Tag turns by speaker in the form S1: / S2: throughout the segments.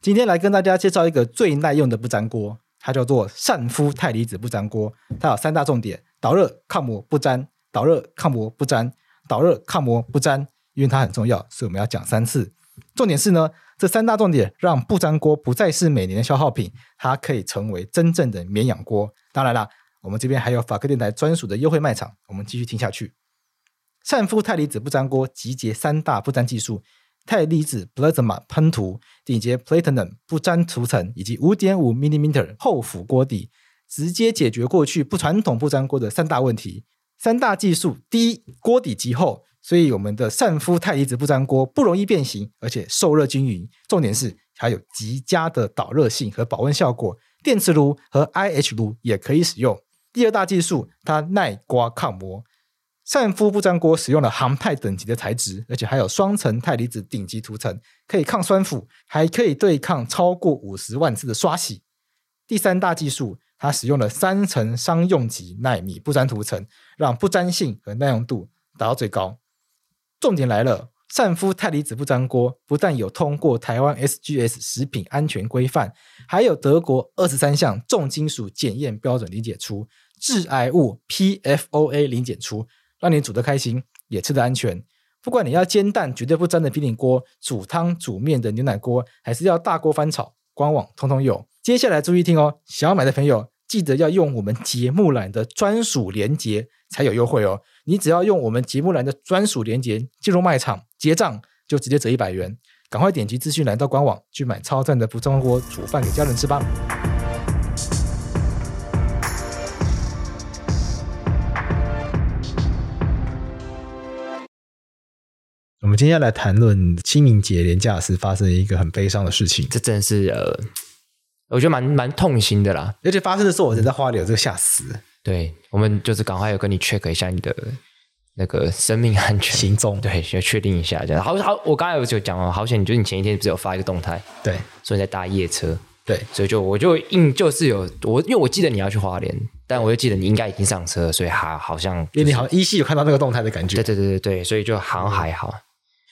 S1: 今天来跟大家介绍一个最耐用的不粘锅，它叫做善夫钛离子不粘锅。它有三大重点：导热、抗磨、不粘；导热、抗磨、不粘；导热、抗磨、不粘。因为它很重要，所以我们要讲三次。重点是呢，这三大重点让不粘锅不再是每年的消耗品，它可以成为真正的绵养锅。当然啦，我们这边还有法克电台专属的优惠卖场，我们继续听下去。善夫钛离子不粘锅集结三大不粘技术：钛离子 plasma 喷涂、顶级 platinum 不粘涂层以及五点五 mm 厚釜锅底，直接解决过去不传统不粘锅的三大问题。三大技术：第一，锅底极厚，所以我们的善夫钛离子不粘锅不容易变形，而且受热均匀。重点是还有极佳的导热性和保温效果，电磁炉和 IH 炉也可以使用。第二大技术，它耐刮抗磨。善夫不粘锅使用了航太等级的材质，而且还有双层钛离子顶级涂层，可以抗酸腐，还可以对抗超过五十万次的刷洗。第三大技术，它使用了三层商用级纳米不粘涂层，让不粘性和耐用度达到最高。重点来了，善夫钛离子不粘锅不但有通过台湾 SGS 食品安全规范，还有德国二十三项重金属检验标准零检出，致癌物 PFOA 零检出。让你煮得开心，也吃得安全。不管你要煎蛋绝对不粘的平底锅、煮汤煮面的牛奶锅，还是要大锅翻炒，官网通通有。接下来注意听哦，想要买的朋友记得要用我们节目栏的专属链接才有优惠哦。你只要用我们节目栏的专属链接进入卖场结账，就直接折一百元。赶快点击资讯栏到官网去买超赞的不粘锅煮饭给家人吃吧。我们今天要来谈论清明节连假时发生一个很悲伤的事情，
S2: 这真的是呃，我觉得蛮蛮痛心的啦。
S1: 而且发生的时候我人在花莲，这个吓死了，
S2: 对我们就是赶快有跟你 check 一下你的那个生命安全
S1: 行踪
S2: 对，要确定一下这样。好好，我刚才有就讲哦，好险，就是你前一天不是有发一个动态，
S1: 对
S2: 说你在搭夜车，
S1: 对
S2: 所以就我就硬就是有我，因为我记得你要去花莲，但我就记得你应该已经上车了，所以还好像、
S1: 因为你好像依稀有看到那个动态的感觉
S2: 对。对对对对，所以就好像还好。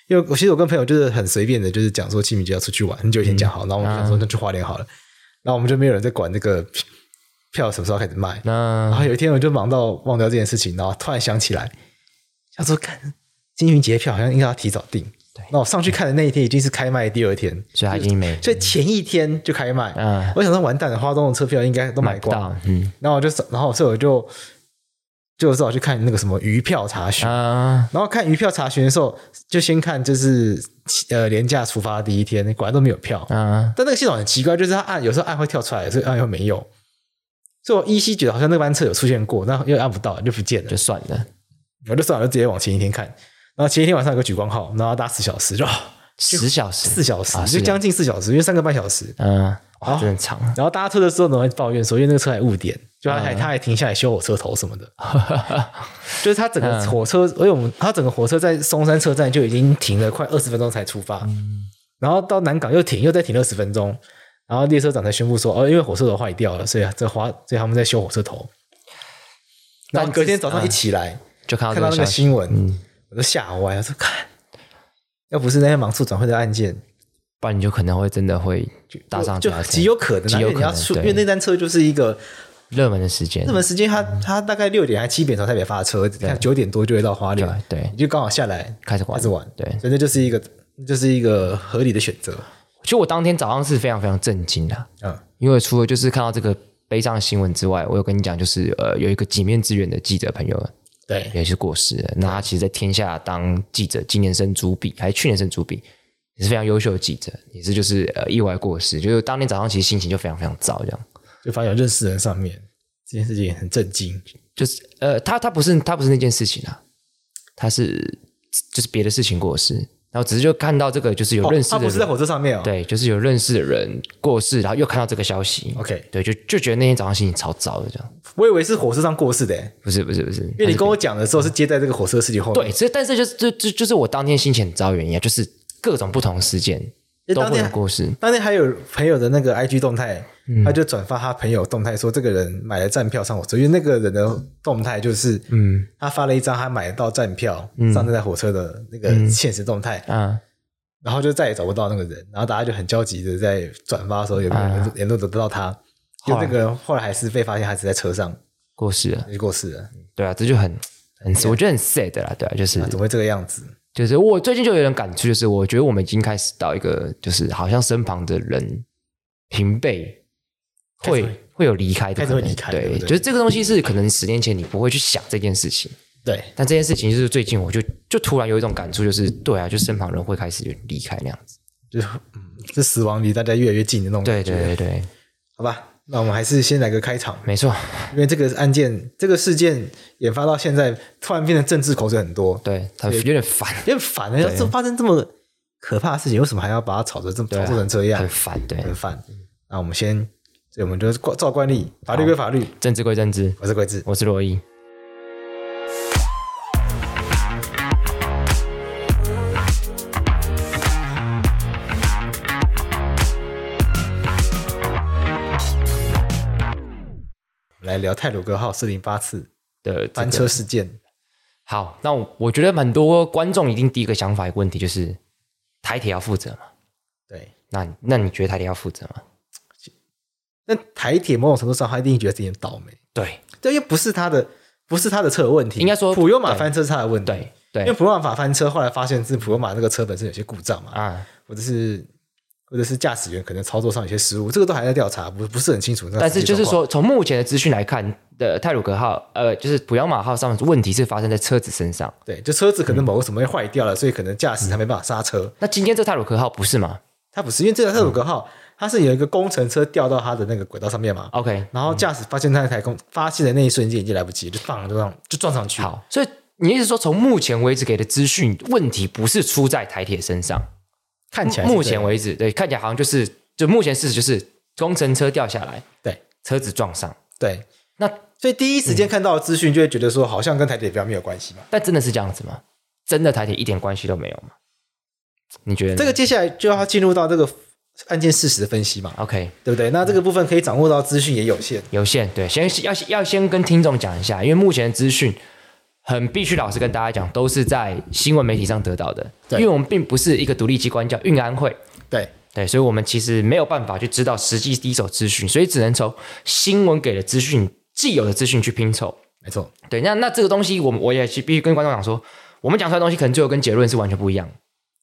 S1: 因为我其实我跟朋友就是很随便的，就是讲说清明节要出去玩，很久以
S2: 嗯
S1: 前讲好，然后我们想说那去花莲好了，然后我们就没有人在管那个票什么时候开始卖。然
S2: 那
S1: 后有一天我就忙到忘掉这件事情，然后突然想起来，想说看清明节票好像应该要提早订。那我上去看的那一天已经是开卖的第二天，
S2: 所以他已经没
S1: 所以前一天就开卖。
S2: 嗯
S1: 我想说完蛋了，花东的车票应该都买
S2: 买不
S1: 光。
S2: 到，嗯
S1: 然后我就然后所以我就就只好去看那个什么鱼票查询。
S2: 啊，
S1: 然后看鱼票查询的时候，就先看就是呃廉价出发的第一天，果然都没有票。
S2: 嗯，
S1: 但那个系统很奇怪，就是它按有时候按会跳出来，有时候按又没有。所以我依稀觉得好像那班车有出现过，但又按不到，就不见了
S2: 就。算了，
S1: 我就算了，就直接往前一天看。然后前一天晚上有个举光号，然后要搭四小时，就哦
S2: 十小时，
S1: 四小时，
S2: 啊
S1: 就将近四小时，因为三个半小时。
S2: 嗯，哇，
S1: 好
S2: 真的长啊，
S1: 然后搭车的时候呢，还抱怨说，因为那个车还误点，就他还、
S2: 嗯
S1: 他还停下来修我车头什 么的。就是他整个火车，因为我们他整个火车在松山车站就已经停了快二十分钟才出发，
S2: 嗯
S1: 然后到南港又停，又再停二十分钟，然后列车长才宣布说，哦，因为火车头坏掉了，所以这花，所以他们在修火车头。然后
S2: 但
S1: 隔天
S2: 是
S1: 早上一起来，
S2: 就看到
S1: 看到
S2: 这
S1: 那个
S2: 消息
S1: 新闻，
S2: 嗯
S1: 我都吓歪，我说看，要不是那些盲促转会的案件，
S2: 不然你就可能会真的会搭上
S1: 就
S2: 这条车
S1: 极有可能啊，
S2: 极有
S1: 因为
S2: 可
S1: 你要
S2: 能
S1: 出，
S2: 对
S1: 因为那班车就是一个
S2: 热门的时间
S1: 日，本时间它，它大概六点还七点从台北发车，看九点多就会到花莲，
S2: 对对
S1: 你就刚好下来
S2: 开始玩
S1: 开始玩，
S2: 对
S1: 所以那就是一个就是一个合理的选择，
S2: 其实我当天早上是非常非常震惊的，
S1: 嗯，
S2: 因为除了就是看到这个悲伤的新闻之外，我有跟你讲，就是呃有一个几面之缘的记者朋友
S1: 对，
S2: 也是过世了，那他其实，在天下当记者，今年升主笔，还是去年升主笔。也是非常优秀的记者，也是就是呃意外过世，就是当天早上其实心情就非常非常糟，这样
S1: 就发现有认识的人上面这件事情也很震惊，
S2: 就是呃他他不是他不是那件事情啊，他是就是别的事情过世，然后只是就看到这个就是有认识
S1: 哦
S2: 的
S1: 他
S2: 人、
S1: 不是在火车上面哦，
S2: 对，就是有认识的人过世，然后又看到这个消息
S1: ，OK，
S2: 对，就就觉得那天早上心情超糟的，这样
S1: 我以为是火车上过世的，欸
S2: 不是不是不是，
S1: 因为你跟我讲的时候是接在这个火车事情后面，
S2: 对，这但是就是就就就是我当天心情很糟的原因啊，就是各种不同事件
S1: 因为
S2: 都
S1: 当
S2: 会
S1: 天
S2: 有过世，
S1: 当天还有朋友的那个 IG 动态，
S2: 嗯
S1: 他就转发他朋友动态说，这个人买了站票上火车，因为那个人的动态就是，嗯，他发了一张他买到站票上那台火车的那个现实动态，
S2: 嗯，
S1: 然后就再也找不到那个人，然后大家就很焦急的在转发说有没有人
S2: 啊
S1: 联络得到他，就那个人后来还是被发现他只在车上
S2: 过世了，
S1: 就过世了，
S2: 对啊，这就很很
S1: 哎
S2: 我觉得很 sad 啦，对啊，就是
S1: 啊怎么会这个样子？
S2: 就是我最近就有点感触，就是我觉得我们已经开始到一个，就是好像身旁的人平辈会
S1: 开始
S2: 会有离开的可
S1: 开
S2: 能，
S1: 始会离开对
S2: 对，
S1: 不对
S2: 就是这个东西是可能十年前你不会去想这件事情，
S1: 对，
S2: 但这件事情就是最近我就就突然有一种感触，就是对啊，就身旁人会开始就离开那样子，
S1: 就是嗯，这死亡离大家越来越近的那种
S2: 对
S1: 感觉。
S2: 对对对，
S1: 好吧，那我们还是先来个开场，
S2: 没错，
S1: 因为这个案件、这个事件引发到现在，突然变成政治口水很多，
S2: 对他有点烦，
S1: 有点烦了。这发生这么可怕的事情，为什么还要把它炒得这么
S2: 对
S1: 炒
S2: 啊
S1: 作成这样
S2: 很？烦，对，
S1: 很烦。那我们先，所以我们就是照照惯例，法律归法律，
S2: 政治归政治，
S1: 我是桂智。
S2: 我是罗毅，
S1: 我们来聊泰鲁格号四零八次
S2: 的
S1: 翻车事件。
S2: 好，那我我觉得很多观众一定第一个想法一个问题就是台铁要负责嘛？
S1: 对，
S2: 那你那你觉得台铁要负责吗？
S1: 那台铁某种程度上，他一定觉得自己很倒霉，
S2: 对
S1: 这又不是他的，不是他的车有问题，
S2: 应该说
S1: 普悠玛
S2: 对
S1: 翻车是他的问题。
S2: 对
S1: 因为
S2: 对
S1: 普悠玛翻车，后来发现是普悠玛那个车本身有些故障嘛，
S2: 啊！
S1: 或者是或者是驾驶员可能操作上有些失误，这个都还在调查，不不是很清楚。那个
S2: 但是就
S1: 实
S2: 是
S1: 际状况，
S2: 说，从目前的资讯来看，呃，泰鲁格号，呃，就是普阳马号上问题是发生在车子身上。
S1: 对，就车子可能某个什么会坏掉
S2: 嗯
S1: 了，所以可能驾驶他没办法刹车。
S2: 那今天这泰鲁格号不是吗
S1: 他不是因为这台特鲁格号，它是有一个工程车掉到它的那个轨道上面嘛，
S2: ？OK，
S1: 然后驾驶发现那台工发现的那一瞬间已经来不及，就撞就撞就撞上去。，
S2: 好，所以你意思说，从目前为止给的资讯，问题不是出在台铁身上？
S1: 看起来是
S2: 目前
S1: 这样
S2: 为止，对，看起来好像就是，就目前事实就是工程车掉下来，
S1: 对
S2: 车子撞上。
S1: 对，
S2: 那
S1: 所以第一时间看到的资讯就会觉得说，好像跟台铁标没有关系嘛。
S2: 但真的是这样子吗？真的台铁一点关系都没有吗？你觉得呢
S1: 这个接下来就要进入到这个案件事实的分析嘛，
S2: OK
S1: 对不对？那这个部分可以掌握到资讯也有限，
S2: 有限？对，先要要先跟听众讲一下，因为目前的资讯很必须老实跟大家讲，都是在新闻媒体上得到的，
S1: 对
S2: 因为我们并不是一个独立机关叫运安会，
S1: 对
S2: 对，所以我们其实没有办法去知道实际第一手资讯，所以只能从新闻给的资讯、既有的资讯去拼凑。
S1: 没错，
S2: 对，那那这个东西我，们我也必须跟观众讲说，我们讲出来的东西可能最后跟结论是完全不一样的。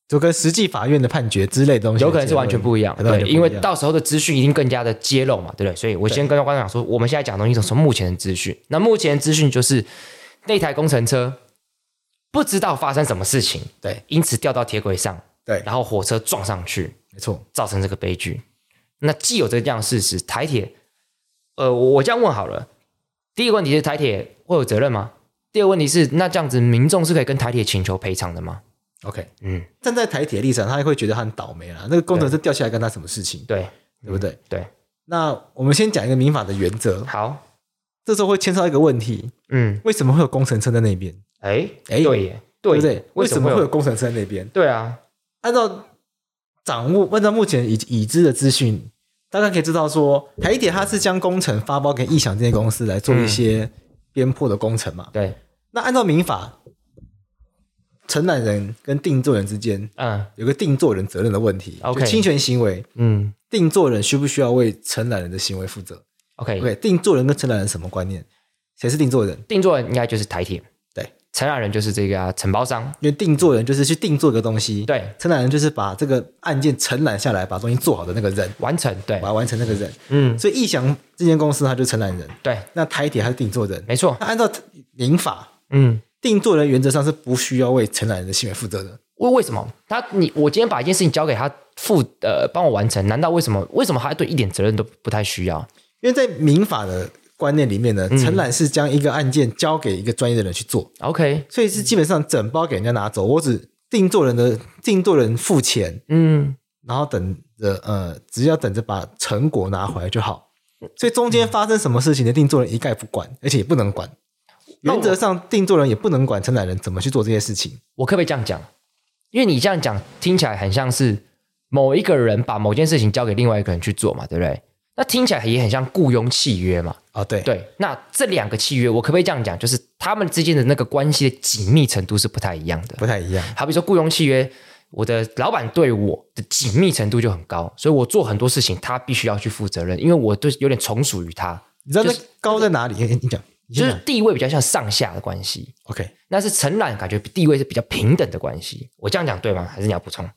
S1: 就跟实际法院的判决之类的东西，
S2: 有可能是完全不一样，
S1: 有可能
S2: 对，
S1: 就不一
S2: 因为
S1: 样
S2: 到时候的资讯一定更加的揭露嘛，对不对？所以我先跟观众讲说，我们现在讲的东西是从目前的资讯，那目前的资讯就是那台工程车不知道发生什么事情，
S1: 对
S2: 因此掉到铁轨上，
S1: 对，
S2: 然后火车撞上去，
S1: 没错，
S2: 造成这个悲剧。那既有这样的事实，台铁，呃，我我这样问好了，第一个问题是台铁会有责任吗？第二个问题是，那这样子民众是可以跟台铁请求赔偿的吗？
S1: OK。
S2: 嗯，
S1: 站在台铁立场，他会觉得他很倒霉啦。那个工程师掉下来干他什么事情，
S2: 对
S1: 对不对？
S2: 对，
S1: 那我们先讲一个民法的原则，
S2: 好，
S1: 这时候会牵涉到一个问题：
S2: 嗯，
S1: 为什么会有工程车在那边？
S2: 哎
S1: 哎
S2: 对耶，
S1: 对
S2: 对
S1: 不对
S2: 耶？
S1: 为什么会
S2: 会
S1: 有？工程车在那边？
S2: 对啊，
S1: 按照掌握，按照目前已已知的资讯，大概可以知道说，台铁它是将工程发包给异想这些公司来做一些边破的工程嘛。
S2: 对，
S1: 那按照民法，承揽人跟定作人之间
S2: 嗯
S1: 有个定作人责任的问题
S2: OK
S1: 就侵权行为。
S2: 嗯
S1: 定作人需不需要为承揽人的行为负责
S2: ，OK，
S1: ？OK，定作人跟承揽人什么观念？谁是定作人？
S2: 定做人应该就是台铁，
S1: 对，
S2: 承揽人就是这个啊承包商，
S1: 因为定作人就是去定做一个东西，，
S2: 对，
S1: 承揽人就是把这个案件承揽下来，把东西做好的那个人，
S2: 完成，对
S1: 把，它完成那个人。
S2: 嗯，
S1: 所以逸翔这间公司它就是承揽人，
S2: 对，
S1: 那台铁它是定作人。
S2: 没错，
S1: 那按照民法，
S2: 嗯，
S1: 定作人原则上是不需要为承揽人的行为负责的。
S2: 为为什么他你我今天把一件事情交给他负呃帮我完成，难道为什么为什么他对一点责任都不太需要？
S1: 因为在民法的观念里面
S2: 嗯
S1: 呢，承揽是将一个案件交给一个专业的人去做，
S2: OK，
S1: 所以是基本上整包给人家拿走，我只定做人的定做人付钱，
S2: 嗯，
S1: 然后等着呃，只要等着把成果拿回来就好。所以中间发生什么事情的定做人一概不管，而且也不能管。
S2: 那我
S1: 原则上，定做人也不能管承揽人怎么去做这些事情。
S2: 我可不可以这样讲？因为你这样讲听起来很像是某一个人把某件事情交给另外一个人去做嘛，对不对？那听起来也很像雇佣契约嘛。
S1: 啊，对，
S2: 对，那这两个契约，我可不可以这样讲？就是他们之间的那个关系的紧密程度是不太一样的。
S1: 不太一样。
S2: 好比说雇佣契约，我的老板对我的紧密程度就很高，所以我做很多事情他必须要去负责任，因为我对有点从属于他，
S1: 你知道那
S2: 就是
S1: 高在哪里？哎你你讲，你
S2: 就
S1: 先
S2: 是
S1: 讲。
S2: 地位比较像上下的关系。
S1: OK，
S2: 那是承揽感觉地位是比较平等的关系，我这样讲对吗？还是你要补充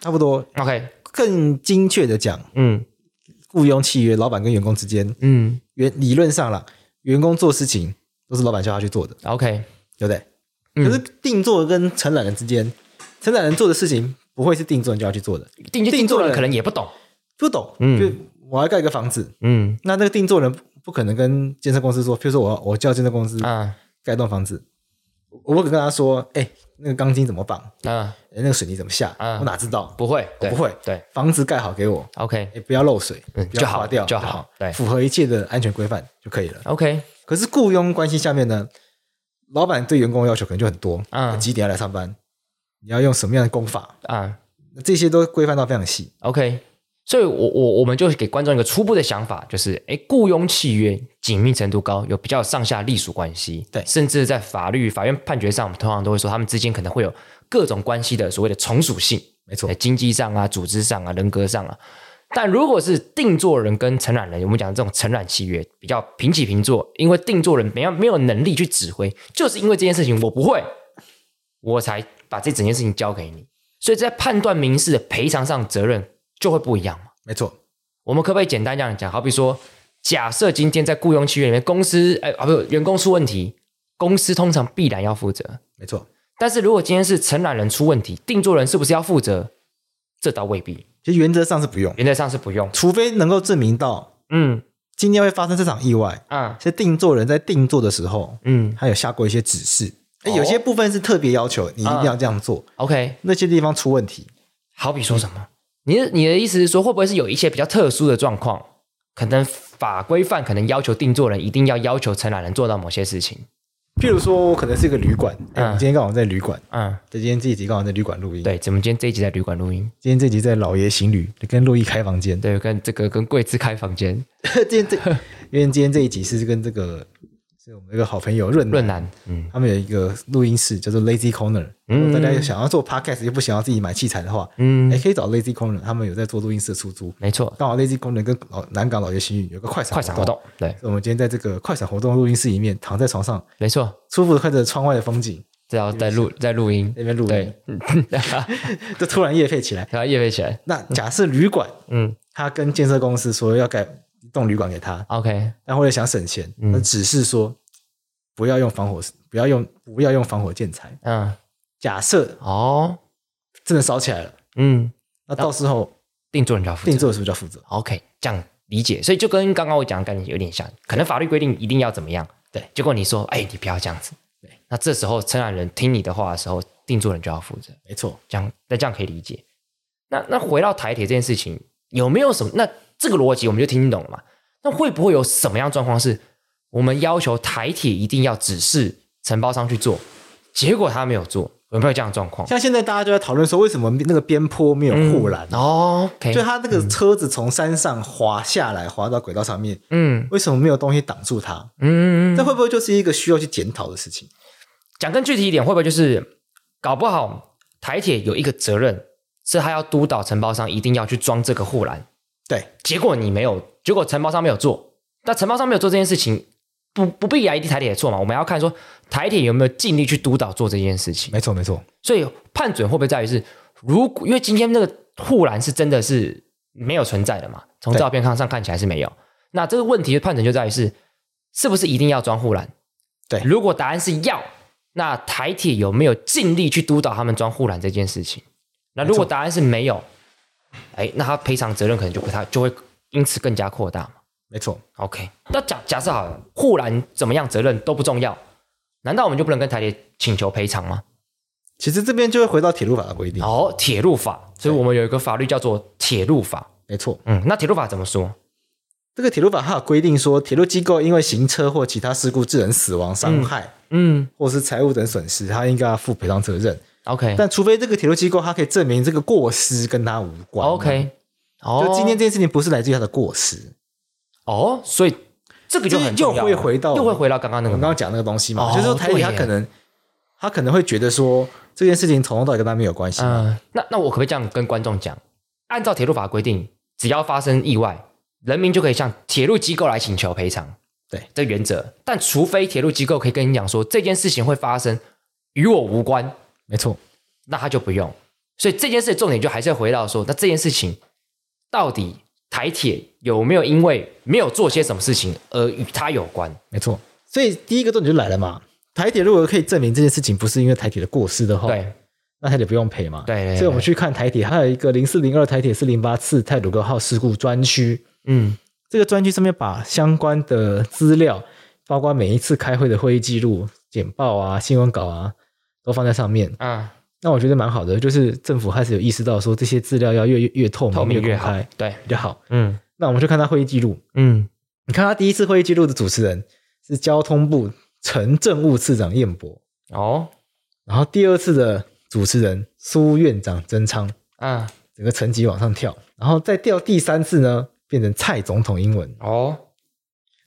S1: 差不多。
S2: ？OK，
S1: 更精确的讲，
S2: 嗯
S1: 雇佣契约，老板跟员工之间，
S2: 嗯
S1: 原理论上啦，员工做事情都是老板叫他去做的，
S2: ，OK，
S1: 对不对？
S2: 嗯
S1: 可是定做跟承揽人之间，承揽人做的事情不会是定做人就要去做的，
S2: 定定
S1: 定
S2: 做
S1: 做
S2: 人
S1: 人
S2: 可能也不懂，
S1: 不懂。
S2: 嗯
S1: 就我要盖一个房子，
S2: 嗯
S1: 那那个定做人不不可能跟建设公司说，譬如说我要我叫建设公司
S2: 啊
S1: 盖一栋房子，我不可能跟他说，哎、那个钢筋怎么绑，哎
S2: 啊，
S1: 那个水泥怎么下，
S2: 啊
S1: 我哪知道？
S2: 不会，对
S1: 不会
S2: 对
S1: 房子盖好给我，
S2: ，OK
S1: 哎，不要漏水，
S2: 嗯
S1: 不要
S2: 就好
S1: 垮掉
S2: 就好对
S1: 符合一切的安全规范就可以了。
S2: OK，
S1: 可是雇佣关系下面呢，老板对员工的要求可能就很多，
S2: 嗯
S1: 几点要来上班，你要用什么样的功法，
S2: 啊
S1: 那这些都规范到非常细。
S2: OK，所以我我我们就给观众一个初步的想法，就是哎，雇佣契约紧密程度高，有比较上下隶属关系，
S1: 对
S2: 甚至在法律法院判决上，我们通常都会说他们之间可能会有各种关系的所谓的从属性，
S1: 没错
S2: 诶，经济上啊、组织上啊、人格上啊。但如果是定做人跟承揽人，我们讲这种承揽契约比较平起平坐，因为定做人没有没有能力去指挥，就是因为这件事情我不会，我才把这整件事情交给你。所以在判断民事的赔偿上责任就会不一样嘛。
S1: 没错，
S2: 我们可不可以简单这样讲？好比说，假设今天在雇佣契约里面，公司哎啊不，员工出问题，公司通常必然要负责。
S1: 没错，
S2: 但是如果今天是承揽人出问题，定做人是不是要负责？这倒未必，
S1: 其实原则上是不用，
S2: 原则上是不用。
S1: 除非能够证明到
S2: 嗯
S1: 今天会发生这场意外，
S2: 啊
S1: 是定做人在定做的时候，
S2: 嗯
S1: 他有下过一些指示。哎，
S2: 哦啊
S1: 有些部分是特别要求你一定要这样做，
S2: ，OK。
S1: 那些地方出问题，
S2: 好比说什么？你的你的意思是说，会不会是有一些比较特殊的状况，可能法规范可能要求定做人一定要要求承揽人做到某些事情？
S1: 譬如说，我可能是一个旅馆，哎我们今天刚好在旅馆，
S2: 嗯，
S1: 对，今天这一集刚好在旅馆录音，，
S2: 啊对，怎么今天这一集在旅馆录音？
S1: 今天这集在老爷行旅，跟陆毅开房间，
S2: 对，跟这个跟贵志开房间，
S1: 今天这，因为今天这一集是跟这个是我们一个好朋友润
S2: 润南，嗯
S1: 他们有一个录音室叫做 Lazy Corner，
S2: 嗯
S1: 如果大家想要做 podcast 又不想要自己买器材的话，也
S2: 嗯，
S1: 可以找 Lazy Corner，他们有在做录音室的出租，
S2: 没错，
S1: 刚好 Lazy Corner 跟老南港老爷行旅有个快闪
S2: 快闪活动，对，
S1: 所以我们今天在这个快闪活动录音室里面躺在床上，
S2: 没错，
S1: 舒服的看着窗外的风景，
S2: 这要在录在录音
S1: 在，那边录音
S2: 对，，
S1: 就突然夜配起来。
S2: 然后夜飞起来，
S1: 那假设旅馆
S2: 嗯
S1: 他跟建设公司说要盖一栋旅馆给他，
S2: ，OK，
S1: 但为了想省钱，
S2: 嗯
S1: 那只是说不要用防火，不要用不要用防火建材。
S2: 嗯，
S1: 假设
S2: 哦，
S1: 真的烧起来了，
S2: 嗯，
S1: 那到时候
S2: 定做人就要负责
S1: 定。做是不是要负责？
S2: OK，这样理解，所以就跟刚刚我讲的概念有点像，可能法律规定一定要怎么样，
S1: 对，
S2: 结果你说，哎，你不要这样子，
S1: 对，
S2: 那这时候承揽人听你的话的时候，定做人就要负责，
S1: 没错，
S2: 这样那这样可以理解。那那回到台铁这件事情，有没有什么？那这个逻辑我们就听懂了嘛？那会不会有什么样状况是，我们要求台铁一定要指示承包商去做，结果他没有做，有没有这样的状况？
S1: 像现在大家就在讨论说，为什么那个边坡没有护栏？
S2: 哦，OK，
S1: 就他那个车子从山上滑下来，滑到轨道上面，
S2: 嗯
S1: 为什么没有东西挡住它？
S2: 嗯，
S1: 这会不会就是一个需要去检讨的事情？
S2: 讲更具体一点，会不会就是搞不好台铁有一个责任，是他要督导承包商一定要去装这个护栏，
S1: 对，
S2: 结果你没有，结果承包商没有做，那承包商没有做这件事情，不不必然一定台铁的错嘛？我们要看说台铁有没有尽力去督导做这件事情，
S1: 没错，没错，
S2: 所以判准会不会在于是，如果因为今天那个护栏是真的是没有存在的嘛，从
S1: 对
S2: 照片看上看起来是没有，那这个问题的判准就在于是，是不是一定要装护栏？
S1: 对
S2: 如果答案是要，那台铁有没有尽力去督导他们装护栏这件事情？那如果答案是没有，哎，那他赔偿责任可能就不太就会因此更加扩大嘛。
S1: 没错。
S2: OK，那假假设好了，护栏怎么样责任都不重要，难道我们就不能跟台铁请求赔偿吗？
S1: 其实这边就会回到铁路法的规定，
S2: 哦，铁路法，所以我们有一个法律叫做铁路法。
S1: 没错。
S2: 嗯，那铁路法怎么说？
S1: 这个铁路法它有规定说，铁路机构因为行车或其他事故致人死亡、伤害，
S2: 嗯
S1: 或是财物等损失，它应该要负赔偿责任。
S2: ，OK，OK，、
S1: 但除非这个铁路机构它可以证明这个过失跟它无关。
S2: 哦，
S1: 就今天这件事情不是来自于它的过失。
S2: 哦，所以这个就很
S1: 这又
S2: 重要
S1: 会回到
S2: 又会回到刚刚那
S1: 我
S2: 个
S1: 们刚刚讲那个东西嘛，
S2: 哦
S1: 就是说台
S2: 对
S1: 铁
S2: 耶
S1: 它可能他可能会觉得说这件事情从头到尾跟他没有关系。
S2: 嗯，那那我可不可以这样跟观众讲？按照铁路法规定，只要发生意外，人民就可以向铁路机构来请求赔偿。
S1: 对，
S2: 这原则。但除非铁路机构可以跟你讲说这件事情会发生，与我无关，
S1: 没错，
S2: 那他就不用。所以这件事的重点就还是回到说，那这件事情到底台铁有没有因为没有做些什么事情而与他有关？
S1: 没错。所以第一个重点就来了嘛，台铁如果可以证明这件事情不是因为台铁的过失的话，
S2: 对，
S1: 那台铁不用赔嘛。
S2: 对对对
S1: 哦所以我们去看台铁，还有一个零四零二台铁四零八次泰鲁格号事故专区，
S2: 嗯，
S1: 这个专区上面把相关的资料，包括每一次开会的会议记录、简报啊、新闻稿啊，都放在上面。
S2: 啊，
S1: 那我觉得蛮好的，就是政府开始有意识到说这些资料要越越越透明、
S2: 透明越
S1: 越
S2: 好
S1: 公开，
S2: 对，
S1: 比较好。
S2: 嗯
S1: 那我们就看他会议记录，
S2: 嗯，
S1: 你看他第一次会议记录的主持人是交通部陈政务次长彦博，
S2: 哦，
S1: 然后第二次的主持人苏院长曾昌，
S2: 啊，
S1: 整个层级往上跳，然后再掉第三次呢，变成蔡总统英文，
S2: 哦，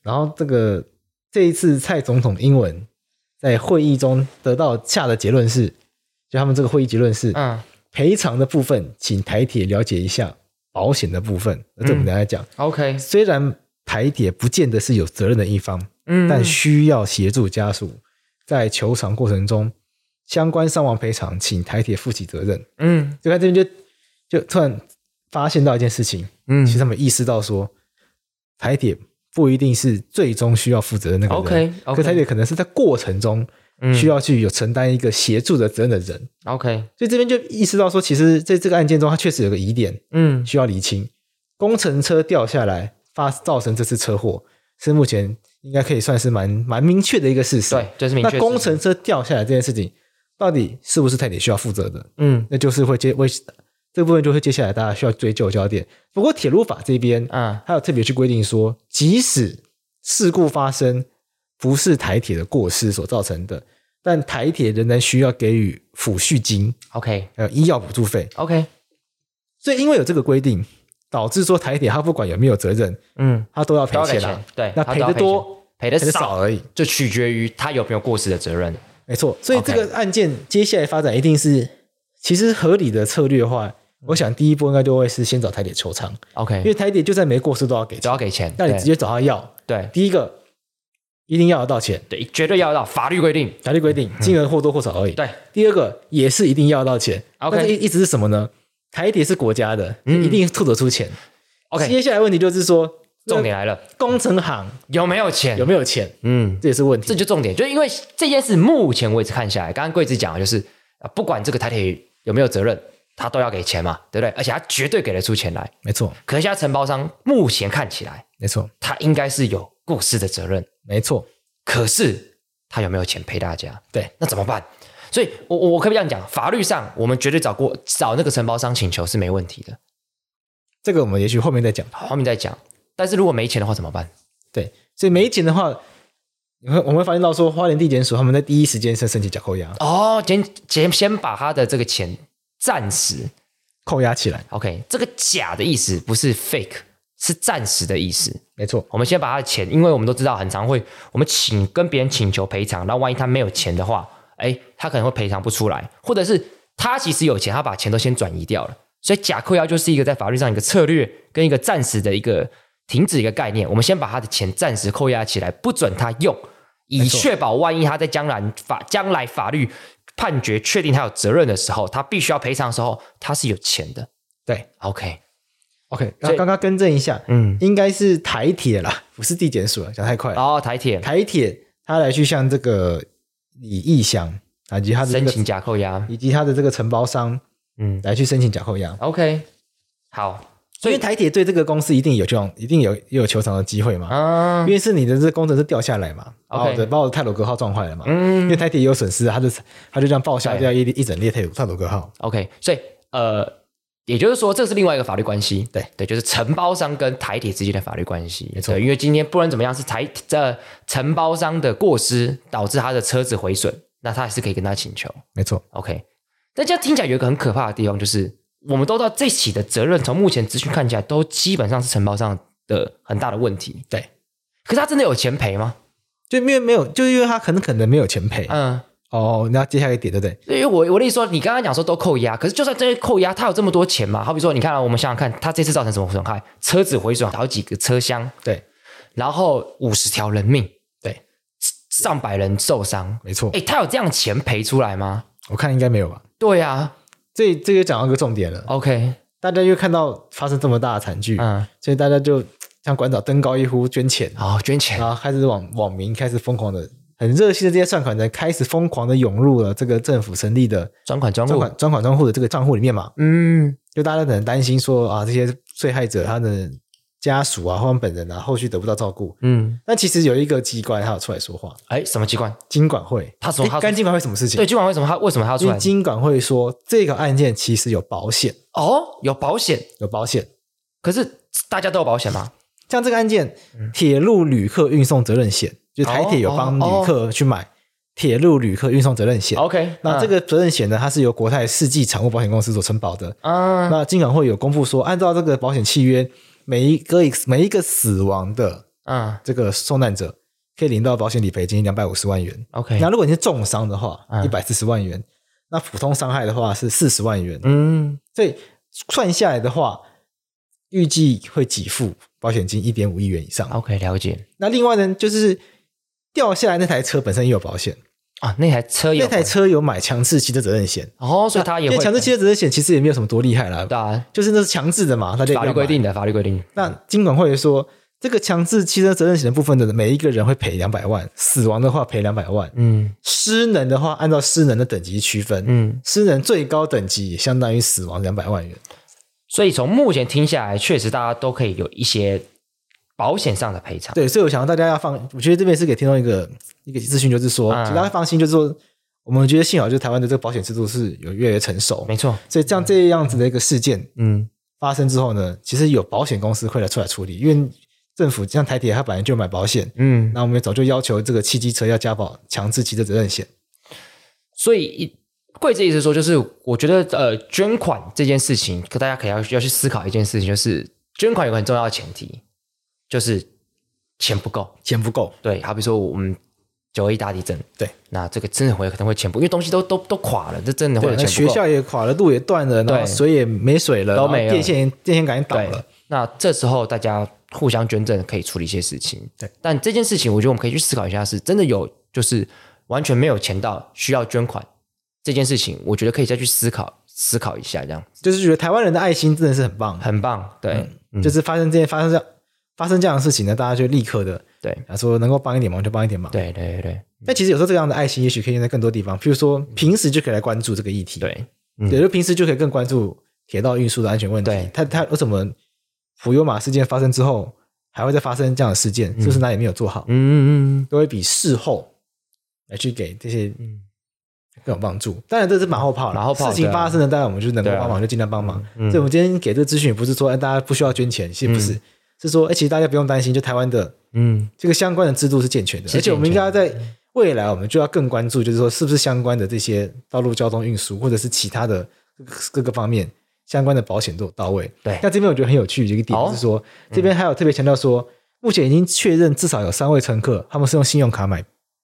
S1: 然后这个这一次蔡总统英文在会议中得到下的结论是，就他们这个会议结论是，
S2: 嗯，
S1: 赔偿的部分，请台铁了解一下保险的部分。
S2: 嗯
S1: 那这我们等一下讲。
S2: OK，
S1: 虽然台铁不见得是有责任的一方，
S2: 嗯，
S1: 但需要协助家属在求偿过程中相关伤亡赔偿，请台铁负起责任。
S2: 嗯
S1: 就看这边就就突然发现到一件事情，
S2: 嗯
S1: 其实他们意识到说，台铁不一定是最终需要负责的那个人。
S2: ，OK
S1: 可台
S2: OK
S1: 铁可能是在过程中
S2: 嗯
S1: 需要去有承担一个协助的责任的人，
S2: OK，
S1: 所以这边就意识到说，其实在这个案件中，它确实有个疑点
S2: 嗯
S1: 需要厘清。工程车掉下来发造成这次车祸，是目前应该可以算是蛮蛮明确的一个事实。
S2: 对，，这是明确
S1: 那
S2: 事实。
S1: 工程车掉下来这件事情，到底是不是台铁需要负责的？
S2: 嗯
S1: 那就是会接为这部分就会接下来大家需要追究的焦点。不过铁路法这边，
S2: 啊
S1: 还有特别去规定说，即使事故发生不是台铁的过失所造成的，但台铁仍然需要给予抚恤金，
S2: ，OK
S1: 还有呃医药补助费。
S2: OK，
S1: 所以因为有这个规定，导致说台铁它不管有没有责任，
S2: 嗯，
S1: 它都要赔
S2: 都要赔
S1: 钱
S2: 钱
S1: 啊。，
S2: 对，
S1: 那
S2: 他
S1: 赔
S2: 都要
S1: 的
S2: 赔钱，
S1: 多
S2: 赔的
S1: 赔的
S2: 少
S1: 少而已，
S2: 就取决于他有没有过失的责任。
S1: 没错。所以
S2: OK
S1: 这个案件接下来发展一定是，其实合理的策略
S2: 嗯
S1: 化，我想第一步应该就会是先找台铁求偿。因
S2: OK，
S1: 为台铁就算没过失都要给
S2: 只
S1: 钱，
S2: 要给钱，
S1: 那你直接找他要。
S2: 对
S1: 第一个一定要得到钱，
S2: 对对，绝对要到法律规定。
S1: 法律规定金额或多或少而已。
S2: 嗯对，
S1: 第二个也是一定要得到钱。
S2: OK 嗯
S1: 但是一一直是什么呢？台铁是国家的，一定吐得出钱。
S2: OK，
S1: 接下来问题就是说，
S2: 重点来了，
S1: 那工程行
S2: 有没有钱
S1: 有？没有钱，
S2: 嗯，
S1: 哎这也是问题
S2: 这。就重点，就是因为这件事目前为止看下来，刚刚贵子讲的就是啊，不管这个台铁有没有责任，他都要给钱嘛，对不对？而且他绝对给得出钱来。
S1: 没错，
S2: 可是现在承包商目前看起来，
S1: 没错，
S2: 他应该是有过失的责任，
S1: 没错。
S2: 可是他有没有钱赔大家？
S1: 对，
S2: 那怎么办？所以我，我我可不可以这样讲？法律上，我们绝对找过找那个承包商请求是没问题的，
S1: 这个我们也许后面再讲。
S2: 后面再讲。但是如果没钱的话怎么办？
S1: 对，所以没钱的话，你会我们会发现到说，花莲地检署他们在第一时间是申请假扣押，
S2: 哦，先先先把他的这个钱暂时
S1: 扣押起来。
S2: OK，这个假的意思不是 fake，是暂时的意思。
S1: 没错，
S2: 我们先把他的钱，因为我们都知道很常会，我们请跟别人请求赔偿，然后万一他没有钱的话，哎，他可能会赔偿不出来，或者是他其实有钱，他把钱都先转移掉了。所以假扣押就是一个在法律上一个策略跟一个暂时的一个停止一个概念，我们先把他的钱暂时扣押起来，不准他用，以确保万一他在将来法将来法律判决确定他有责任的时候，他必须要赔偿的时候，他是有钱的。
S1: 对。
S2: OK，
S1: OK，
S2: 所
S1: 那
S2: 以
S1: 刚刚更正一下，
S2: 嗯，
S1: 应该是台铁啦，不是地检署啊了，讲太快了。
S2: 然后台铁
S1: 台铁他来去向这个李义祥啊以及他的这
S2: 申
S1: 个
S2: 请假扣押，
S1: 以及他的这个承包商
S2: 嗯
S1: 来去申请假扣押，
S2: ，OK，好，
S1: 所以台铁对这个公司一定有这种一定有也有求偿的机会嘛，
S2: 啊
S1: 因，为是你的这工程是掉下来嘛，把我
S2: OK
S1: 的把我的泰鲁格号撞坏了嘛，因
S2: 嗯
S1: 为台铁也有损失啊，他就他就这样报销
S2: 对
S1: 掉一一整列泰鲁泰鲁格号，
S2: ，OK，所以呃，也就是说，这是另外一个法律关系，
S1: 对
S2: 对，就是承包商跟台铁之间的法律关系，
S1: 没错
S2: 对因为今天不管怎么样是台这、承包商的过失导致他的车子毁损，那他还是可以跟他请求
S1: 没错，
S2: ，OK。但这样听起来有一个很可怕的地方，就是我们都知道这起的责任，从目前资讯看起来，都基本上是承包商的很大的问题。
S1: 对，
S2: 可是他真的有钱赔吗？
S1: 就因为没有，就是因为他可能可能没有钱赔，
S2: 嗯，
S1: 哦，你要接下一个点，对不对？
S2: 因为我我的意思说，你刚刚讲说都扣押，可是就算这些扣押，他有这么多钱嘛？好比说，你看、啊、我们想想看，他这次造成什么损害？车子毁损好几个车厢，
S1: 对，
S2: 然后五十条人命，
S1: 对，
S2: 上百人受伤。
S1: 没错
S2: 哎，，他有这样钱赔出来吗？
S1: 我看应该没有吧。
S2: 对啊
S1: 这这就讲到一个重点了，
S2: ，OK，
S1: 大家又看到发生这么大的惨剧，
S2: 嗯，
S1: 所以大家就像馆长登高一呼捐钱，
S2: 好捐钱，
S1: 然后开始网网民开始疯狂的。很热心的这些善款人开始疯狂的涌入了这个政府成立的
S2: 专款专
S1: 专
S2: 入，
S1: 款专款专户的这个账户里面嘛，
S2: 嗯，
S1: 就大家可能担心说啊，这些受害者他的家属啊，或他们本人啊，后续得不到照顾。
S2: 嗯，
S1: 但其实有一个机关，他有出来说话，
S2: 哎，什么机关？
S1: 金管会，
S2: 他说
S1: 诶
S2: 他
S1: 干金管会什么事情？
S2: 对，，金管为什么他为什么他要出
S1: 因为
S2: 来？
S1: 金管会说这个案件其实有保险，
S2: 哦，有保险，
S1: 有保险。
S2: 可是大家都有保险吗？
S1: 像这个案件，铁路旅客运送责任险，就台铁有帮
S2: 嗯哦哦
S1: 旅客去买铁路旅客运送责任险。
S2: OK，嗯
S1: 那这个责任险呢，它是由国泰世纪产物保险公司所承保的。
S2: 嗯，
S1: 那金管会有公布说，按照这个保险契约，每一个每一个死亡的
S2: 嗯
S1: 这个受难者可以领到保险理赔金两百五十万元。
S2: ，OK，
S1: 那如果你是重伤的话
S2: 哎嗯，
S1: 一百四十万元；那普通伤害的话是四十万元。
S2: 嗯，
S1: 所以算下来的话，预计会给付保险金一点五亿元以上。
S2: OK，了解
S1: 那另外呢，就是掉下来那台车本身也有保险，
S2: 啊。那台车有
S1: 那台车有买强制汽车责任险，
S2: 哦，所以他也
S1: 因
S2: 会
S1: 为强制汽车责任险其实也没有什么多厉害啦，
S2: 对啊，
S1: 就是那是强制的嘛，大家一定要
S2: 法律规
S1: 买。
S2: 定的，法律规定。
S1: 那金管会说，这个强制汽车责任险的部分的每一个人会赔两百万，死亡的话赔两百万，
S2: 嗯
S1: 失能的话按照失能的等级区分，
S2: 嗯，
S1: 失能最高等级也相当于死亡两百万元。
S2: 所以从目前听下来，确实大家都可以有一些保险上的赔偿。
S1: 对，所以我想大家要放，我觉得这边是给听众一个一个资讯，就是说，
S2: 嗯
S1: 请大家放心，就是说，我们觉得幸好就是台湾的这个保险制度是有越来越成熟，
S2: 没错，
S1: 所以这样这样子的一个事件
S2: 嗯，
S1: 发生之后呢，其实有保险公司会来出来处理，因为政府像台铁，它本来就买保险，
S2: 嗯，
S1: 那我们也早就要求这个汽机车要加保强制汽车责任险。
S2: 所以一贵这意思说，就是我觉得呃，捐款这件事情，可大家可以要要去思考一件事情，就是捐款有个很重要的前提，就是钱不够。
S1: 钱不够，
S2: 对，好比说我们九二一大地震，
S1: 对，
S2: 那这个真的会可能会钱不，因为东西都都都垮了，这真的会
S1: 对，
S2: 有
S1: 那
S2: 钱
S1: 学
S2: 不够。
S1: 校也垮了，路也断了，然
S2: 对
S1: 后水也没水了，
S2: 都
S1: 然后
S2: 没了
S1: 电线电线杆也倒
S2: 对
S1: 了，，
S2: 那这时候大家互相捐赠可以处理一些事情。
S1: 对，
S2: 但这件事情我觉得我们可以去思考一下，是真的有就是完全没有钱到需要捐款这件事情，我觉得可以再去思考思考一下，这样
S1: 就是觉得台湾人的爱心真的是很棒，
S2: 很棒。对，嗯
S1: 就是发生这件发生这样发生这样的事情呢，大家就立刻的
S2: 对
S1: 啊，说能够帮一点忙就帮一点忙。
S2: 对对对对
S1: 但其实有时候这样的爱心，也许可以用在更多地方，譬如说平时就可以来关注这个议题，，
S2: 嗯对，
S1: 也就平时就可以更关注铁道运输的安全问题
S2: 对。
S1: 它它为什么普悠玛事件发生之后还会再发生这样的事件？是不是哪里没有做好？
S2: 嗯嗯
S1: 都会比事后来去给这些
S2: 嗯
S1: 更有帮助。当然这是马后炮啦，
S2: 马后炮
S1: 事情
S2: 对啊
S1: 发生了，当然我们就能够
S2: 对啊
S1: 帮忙就尽量帮忙。
S2: 嗯
S1: 所以我们今天给这个资讯，也不是说哎大家不需要捐钱，其实不是，是说哎其实大家不用担心，就台湾的
S2: 嗯，
S1: 这个相关的制度是健全的，
S2: 是
S1: 而且我们应
S2: 健全
S1: 该在未来我们就要更关注，就是说是不是相关的这些道路交通运输或者是其他的各个方面相关的保险都有到位。
S2: 对
S1: 那这边我觉得很有趣的一个点
S2: 哦
S1: 就是说，这边还有特别强调说，目前已经确认至少有三位乘客他们是用信用卡买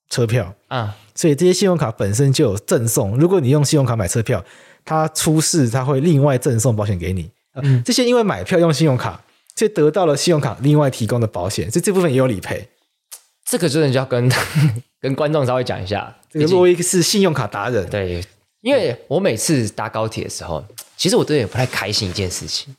S1: 车票，
S2: 啊，
S1: 所以这些信用卡本身就有赠送。如果你用信用卡买车票，它出事它会另外赠送保险给你。呃这些因为买票用信用卡，所以得到了信用卡另外提供的保险，所以这部分也有理赔。
S2: 这个真的就要跟 跟观众稍微讲一下，
S1: 这个
S2: 毕竟
S1: 洛伊是信用卡达人，
S2: 对，因为我每次搭高铁的时候，其实我真的也不太开心一件事情，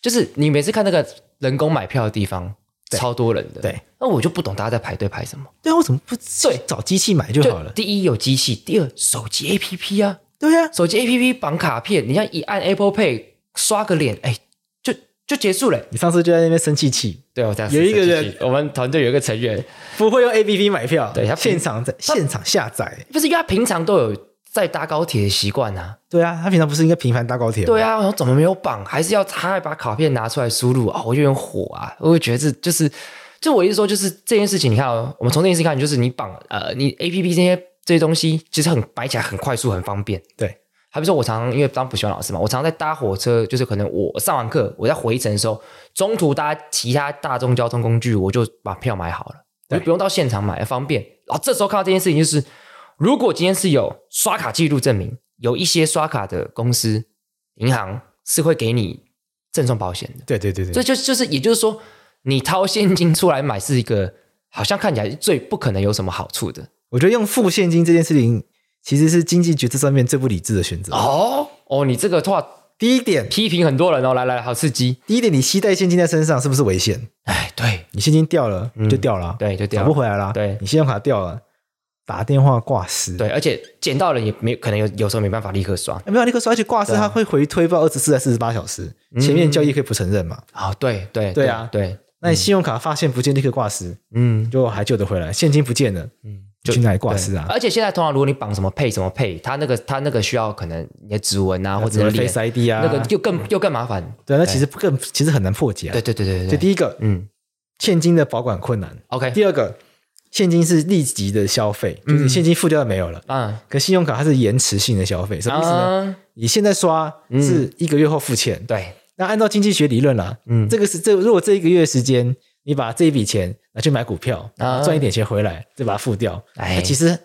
S2: 就是你每次看那个人工买票的地方，
S1: 对
S2: 超多人的，
S1: 对，
S2: 那我就不懂大家在排队排什么。
S1: 对啊，为什么不对找机器买就
S2: 就
S1: 好了？
S2: 第一有机器，第二手机 APP 啊，
S1: 对呀、啊，
S2: 手机 APP 绑卡片，你要一按 Apple Pay 刷个脸，哎，就就结束了。
S1: 你上次就在那边生气气，
S2: 对，我这样
S1: 有一个人
S2: 生气，我们团队有一个成员，
S1: 不会用 A P P 买票，
S2: 对他
S1: 现场在现场下载，
S2: 不是因为他平常都有在搭高铁的习惯啊，
S1: 对啊，他平常不是应该频繁搭高铁吗？
S2: 对啊，我说怎么没有绑？还是要他还把卡片拿出来输入啊、我就有点火啊！我会觉得这就是，就我意思说，就是这件事情，你看、哦，我们从这件事情看，就是你绑呃，你 A P P 这些这些东西，其实很摆起来很快速，很方便。
S1: 对，
S2: 好比说，我常常因为当补习班老师嘛，我常常在搭火车，就是可能我上完课，我在回程的时候，中途搭其他大众交通工具，我就把票买好了，我就
S1: 对
S2: 不用到现场买，方便。然后这时候看到这件事情，就是如果今天是有刷卡记录证明，有一些刷卡的公司、银行是会给你赠送保险的。
S1: 对对对对
S2: 所以就就是，也就是说，你掏现金出来买是一个好像看起来最不可能有什么好处的。
S1: 我觉得用付现金这件事情，其实是经济决策上面最不理智的选择。
S2: 哦哦，你这个的话
S1: 第一点，
S2: 批评很多人哦，来来，好刺激。
S1: 第一点，你携带现金在身上是不是危险？
S2: 哎，对
S1: 你现金掉了就掉了啊，
S2: 嗯对，就掉
S1: 找不回来了啊。
S2: 对
S1: 你信用卡掉了，打电话挂失。
S2: 对，而且捡到人也没可能有有时候没办法立刻刷。
S1: 哎，没有立刻刷，而且挂失
S2: 啊
S1: 它会回推报二十四还是四十八小时，
S2: 嗯
S1: 前面交易可以不承认嘛？
S2: 哦，对对
S1: 对啊
S2: 对，
S1: 那你信用卡发现不见立刻挂失，
S2: 嗯
S1: 就还救得回来，现金不见了，
S2: 嗯，
S1: 就去哪里挂失啊？
S2: 而且现在通常如果你绑什么配什么配，它那个它那个需要可能你的指纹啊或者
S1: 什么
S2: 是脸
S1: Face ID 啊，
S2: 那个又更又更麻烦。
S1: 对啊，那其实更其实很难破解啊。
S2: 对对对对
S1: 所以
S2: 对，
S1: 第一个，
S2: 嗯
S1: 现金的保管困难；
S2: ，OK，
S1: 第二个，现金是立即的消费，就是你现金付掉了没有了。
S2: 嗯
S1: 可信用卡它是延迟性的消费，什么意思呢？
S2: 啊，嗯
S1: 你现在刷是一个月后付钱，
S2: 对，
S1: 那按照经济学理论啦，
S2: 嗯
S1: 这个是这如果这一个月的时间，你把这一笔钱拿去买股票，
S2: 啊
S1: 赚一点钱回来，再把它付掉，
S2: 哎
S1: 那其实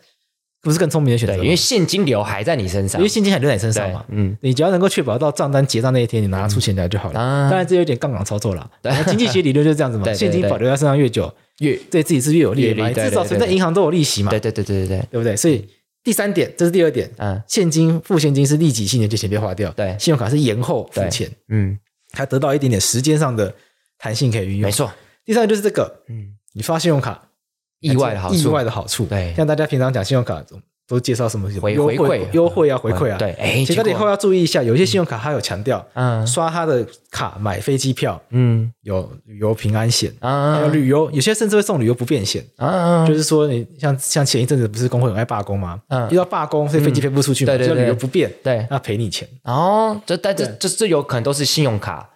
S1: 不是更聪明的选择
S2: 对，
S1: 吗？
S2: 因为现金流还在你身上，
S1: 因为现金还留在你身上
S2: 对
S1: 嘛，，
S2: 嗯，
S1: 你只要能够确保到账单结账那一天，你拿出钱来就好了。
S2: 啊
S1: 当然，这有点杠杆操 作啦。那经济学理论就是这样子嘛，
S2: 对对对
S1: 现金保留在身上越久，
S2: 越
S1: 对自己是越有利的
S2: 越
S1: 嘛，
S2: 利
S1: 你至
S2: 对
S1: 少
S2: 对
S1: 存在
S2: 对
S1: 银行都有利息嘛，
S2: 对对对对对对，
S1: 对不对？所以第三点，这是第二点，
S2: 嗯
S1: 现金付现金是立即性的就钱被花掉，
S2: 对
S1: 信用卡是延后付
S2: 对
S1: 钱，
S2: 嗯，
S1: 它得到一点点时间上的弹性可以运用
S2: 没。错，
S1: 第三个就是这个，
S2: 嗯，
S1: 你发信用卡
S2: 意外的好处，
S1: 意外的好处。
S2: 对
S1: 像大家平常讲信用卡都介绍什么
S2: 回
S1: 优
S2: 回馈
S1: 优惠啊、回馈啊。
S2: 对，，哎，
S1: 其实大家以后要注意一下，有一些信用卡它有强调，
S2: 嗯
S1: 刷他的卡买飞机票
S2: 嗯
S1: 有旅游平安险，还有
S2: 啊
S1: 旅游有些甚至会送旅游不便险。
S2: 啊，
S1: 就是说，你像像前一阵子不是工会很爱罢工吗？
S2: 嗯
S1: 遇到罢工，所以飞机飞不出去嘛，
S2: 对对
S1: 就
S2: 对
S1: 旅游不便，
S2: 对，
S1: 那赔你钱。
S2: 然后这但这
S1: 对
S2: 这这有可能都是信用卡。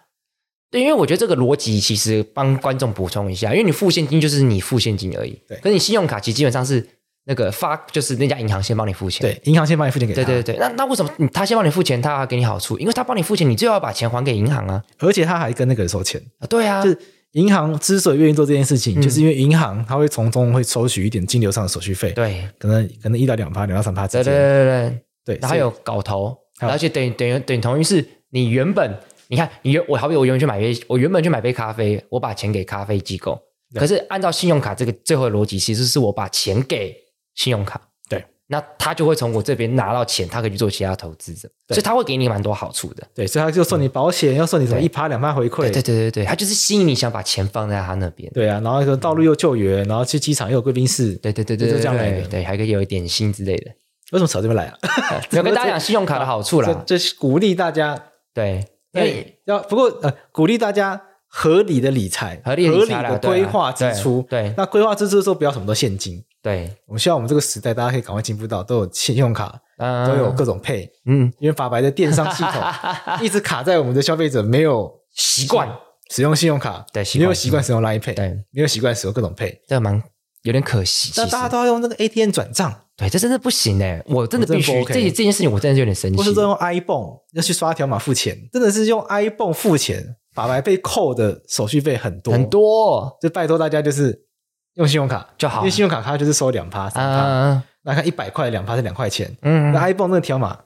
S2: 对，因为我觉得这个逻辑其实帮观众补充一下，因为你付现金就是你付现金而已，
S1: 对
S2: 可是你信用卡其实基本上是那个发，就是那家银行先帮你付钱，
S1: 对，银行先把你付钱给他，
S2: 对对对，那那为什么你他先帮你付钱，他还给你好处？因为他帮你付钱，你最后要把钱还给银行啊。
S1: 而且他还跟那个人收钱。
S2: 啊对啊，
S1: 就是银行之所以愿意做这件事
S2: 嗯
S1: 情，就是因为银行它会从中会收取一点金流上的手续费，
S2: 对
S1: 可能可能一到两趴，两到三趴之
S2: 对对对
S1: 间。
S2: 对对，
S1: 对，
S2: 然后还有搞头，
S1: 还有
S2: 而且等于等于等于同于是你原本你看你原我好比我原本去买杯，我原本去买杯咖啡，我把钱给咖啡机构，
S1: 对
S2: 可是按照信用卡这个最后的逻辑，其实是我把钱给信用卡，
S1: 对，
S2: 那他就会从我这边拿到钱，他可以去做其他投资者，
S1: 对
S2: 所以他会给你蛮多好处的。
S1: 对，所以他就送你保险，要送你什么
S2: 对
S1: 一趴两趴回馈，
S2: 对对对对对，他就是吸引你想把钱放在他那边。
S1: 对啊，然后说道路又救援，然后去机场又有贵宾室，
S2: 对对对对
S1: 就
S2: 对
S1: 这样来
S2: 对
S1: 的
S2: 对，还可以有点心之类 的。
S1: 为什么扯这边来啊？
S2: 没有跟大家讲信用卡的好处啦，
S1: 这这是鼓励大家，
S2: 对，因为
S1: 对，要不过呃，鼓励大家合理的理财，
S2: 合理的理财啦
S1: 的
S2: 对
S1: 规
S2: 啊
S1: 划支出。
S2: 对对
S1: 那规划支出的时候不要什么都现金。
S2: 对，
S1: 我们希望我们这个时代，大家可以赶快进步到都有信用卡，
S2: 嗯
S1: 都有各种配，
S2: 嗯
S1: 因为法白的电商系统 一直卡在我们的消费者没有
S2: 习惯，
S1: 使用信用卡，
S2: 对习
S1: 没
S2: 惯
S1: 有习惯使用 Line Pay，
S2: 对，
S1: 没有习惯使用各种 Pay。
S2: 这蛮有点可惜。
S1: 那
S2: 其实
S1: 大家都要用那个 ATM 转账，
S2: 对，这真的不行哎，我真的
S1: 我真的
S2: 必须
S1: 不 OK
S2: 这这件事情，我真的是有点生
S1: 或是
S2: 气
S1: 都。用 iPhone 要去刷条码付钱，真的是用 iPhone 付钱，法白被扣的手续费很多
S2: 很多
S1: 就拜托大家就是用信用卡
S2: 就好
S1: 因为信用卡它就是收两趴、三趴，
S2: 啊，
S1: 那看一百块两趴是两块钱，
S2: 嗯
S1: 那 iPhone 那个条码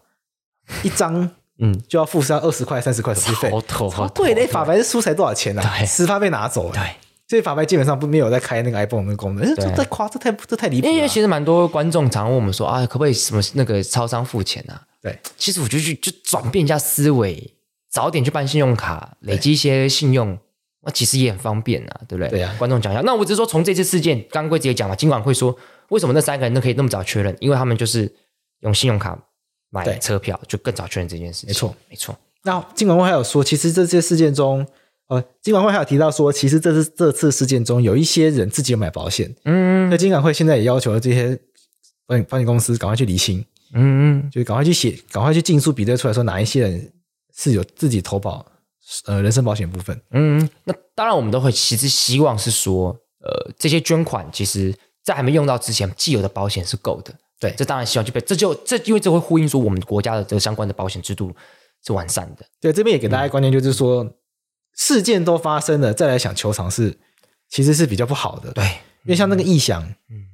S1: 一张
S2: 嗯，
S1: 就要付上二十块、三十块手续费，
S2: 好头好
S1: 好贵嘞！法
S2: 白
S1: 白是输才多少钱啊？
S2: 对
S1: 十趴被拿走了，
S2: 对，
S1: 所以法白基本上不没有在开那个 iPhone 那个功能，哎
S2: 对
S1: 这太夸这太这太离谱
S2: 因为
S1: 了啊
S2: 其。实蛮多观众常问我们说啊，可不可以什么那个超商付钱啊？
S1: 对，
S2: 其实我就去就转变一下思维，早点去办信用卡，累积一些信用，那其实也很方便啊，对不对？
S1: 对啊
S2: 观众讲一下。那我只是说，从这次事件，刚刚贵姐也讲嘛，金管会说，为什么那三个人都可以那么早确认？因为他们就是用信用卡买
S1: 对
S2: 车票，就更早确认这件事情。
S1: 没错，
S2: 没错。
S1: 那金管会还有说，其实这些事件中，呃，金管会还有提到说，其实这次这次事件中有一些人自己有买保险，
S2: 嗯
S1: 那金管会现在也要求这些保险保险公司赶快去厘清。
S2: 嗯
S1: 就赶快去写，赶快去进数比对出来说哪一些人是有自己投保呃人身保险部分。
S2: 嗯，那当然，我们都会其实希望是说，呃，这些捐款其实在还没用到之前，既有的保险是够的。
S1: 对
S2: 这当然希望就被这就这，因为这会呼应说我们国家的这个相关的保险制度是完善的。
S1: 对，这边也给大家观念就是说，事件都发生了，再来想求偿是其实是比较不好的。，
S2: 对，嗯
S1: 因为像那个义祥，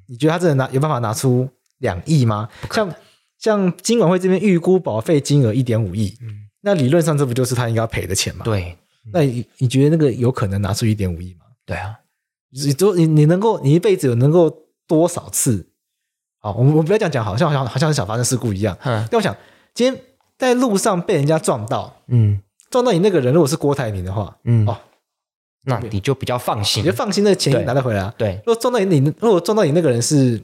S1: 你觉得他真的拿有办法拿出两亿吗？像像金管会这边预估保费金额一点五亿，那理论上这不就是他应该要赔的钱吗？
S2: 嗯对
S1: 那你你觉得那个有可能拿出一点五亿吗？
S2: 对啊，
S1: 你都你你能够你一辈子有能够多少次？啊，我们我们不要这样讲，好像好像好像很想发生事故一样。
S2: 哼，
S1: 但我想，今天在路上被人家撞到，
S2: 嗯
S1: 撞到你那个人如果是郭台铭的话，
S2: 嗯，
S1: 哦，
S2: 那你就比较放心
S1: 你就，放心，那个钱
S2: 嗯对
S1: 拿得回来啊。
S2: 对，
S1: 如果撞到你，你如果撞到你那个人是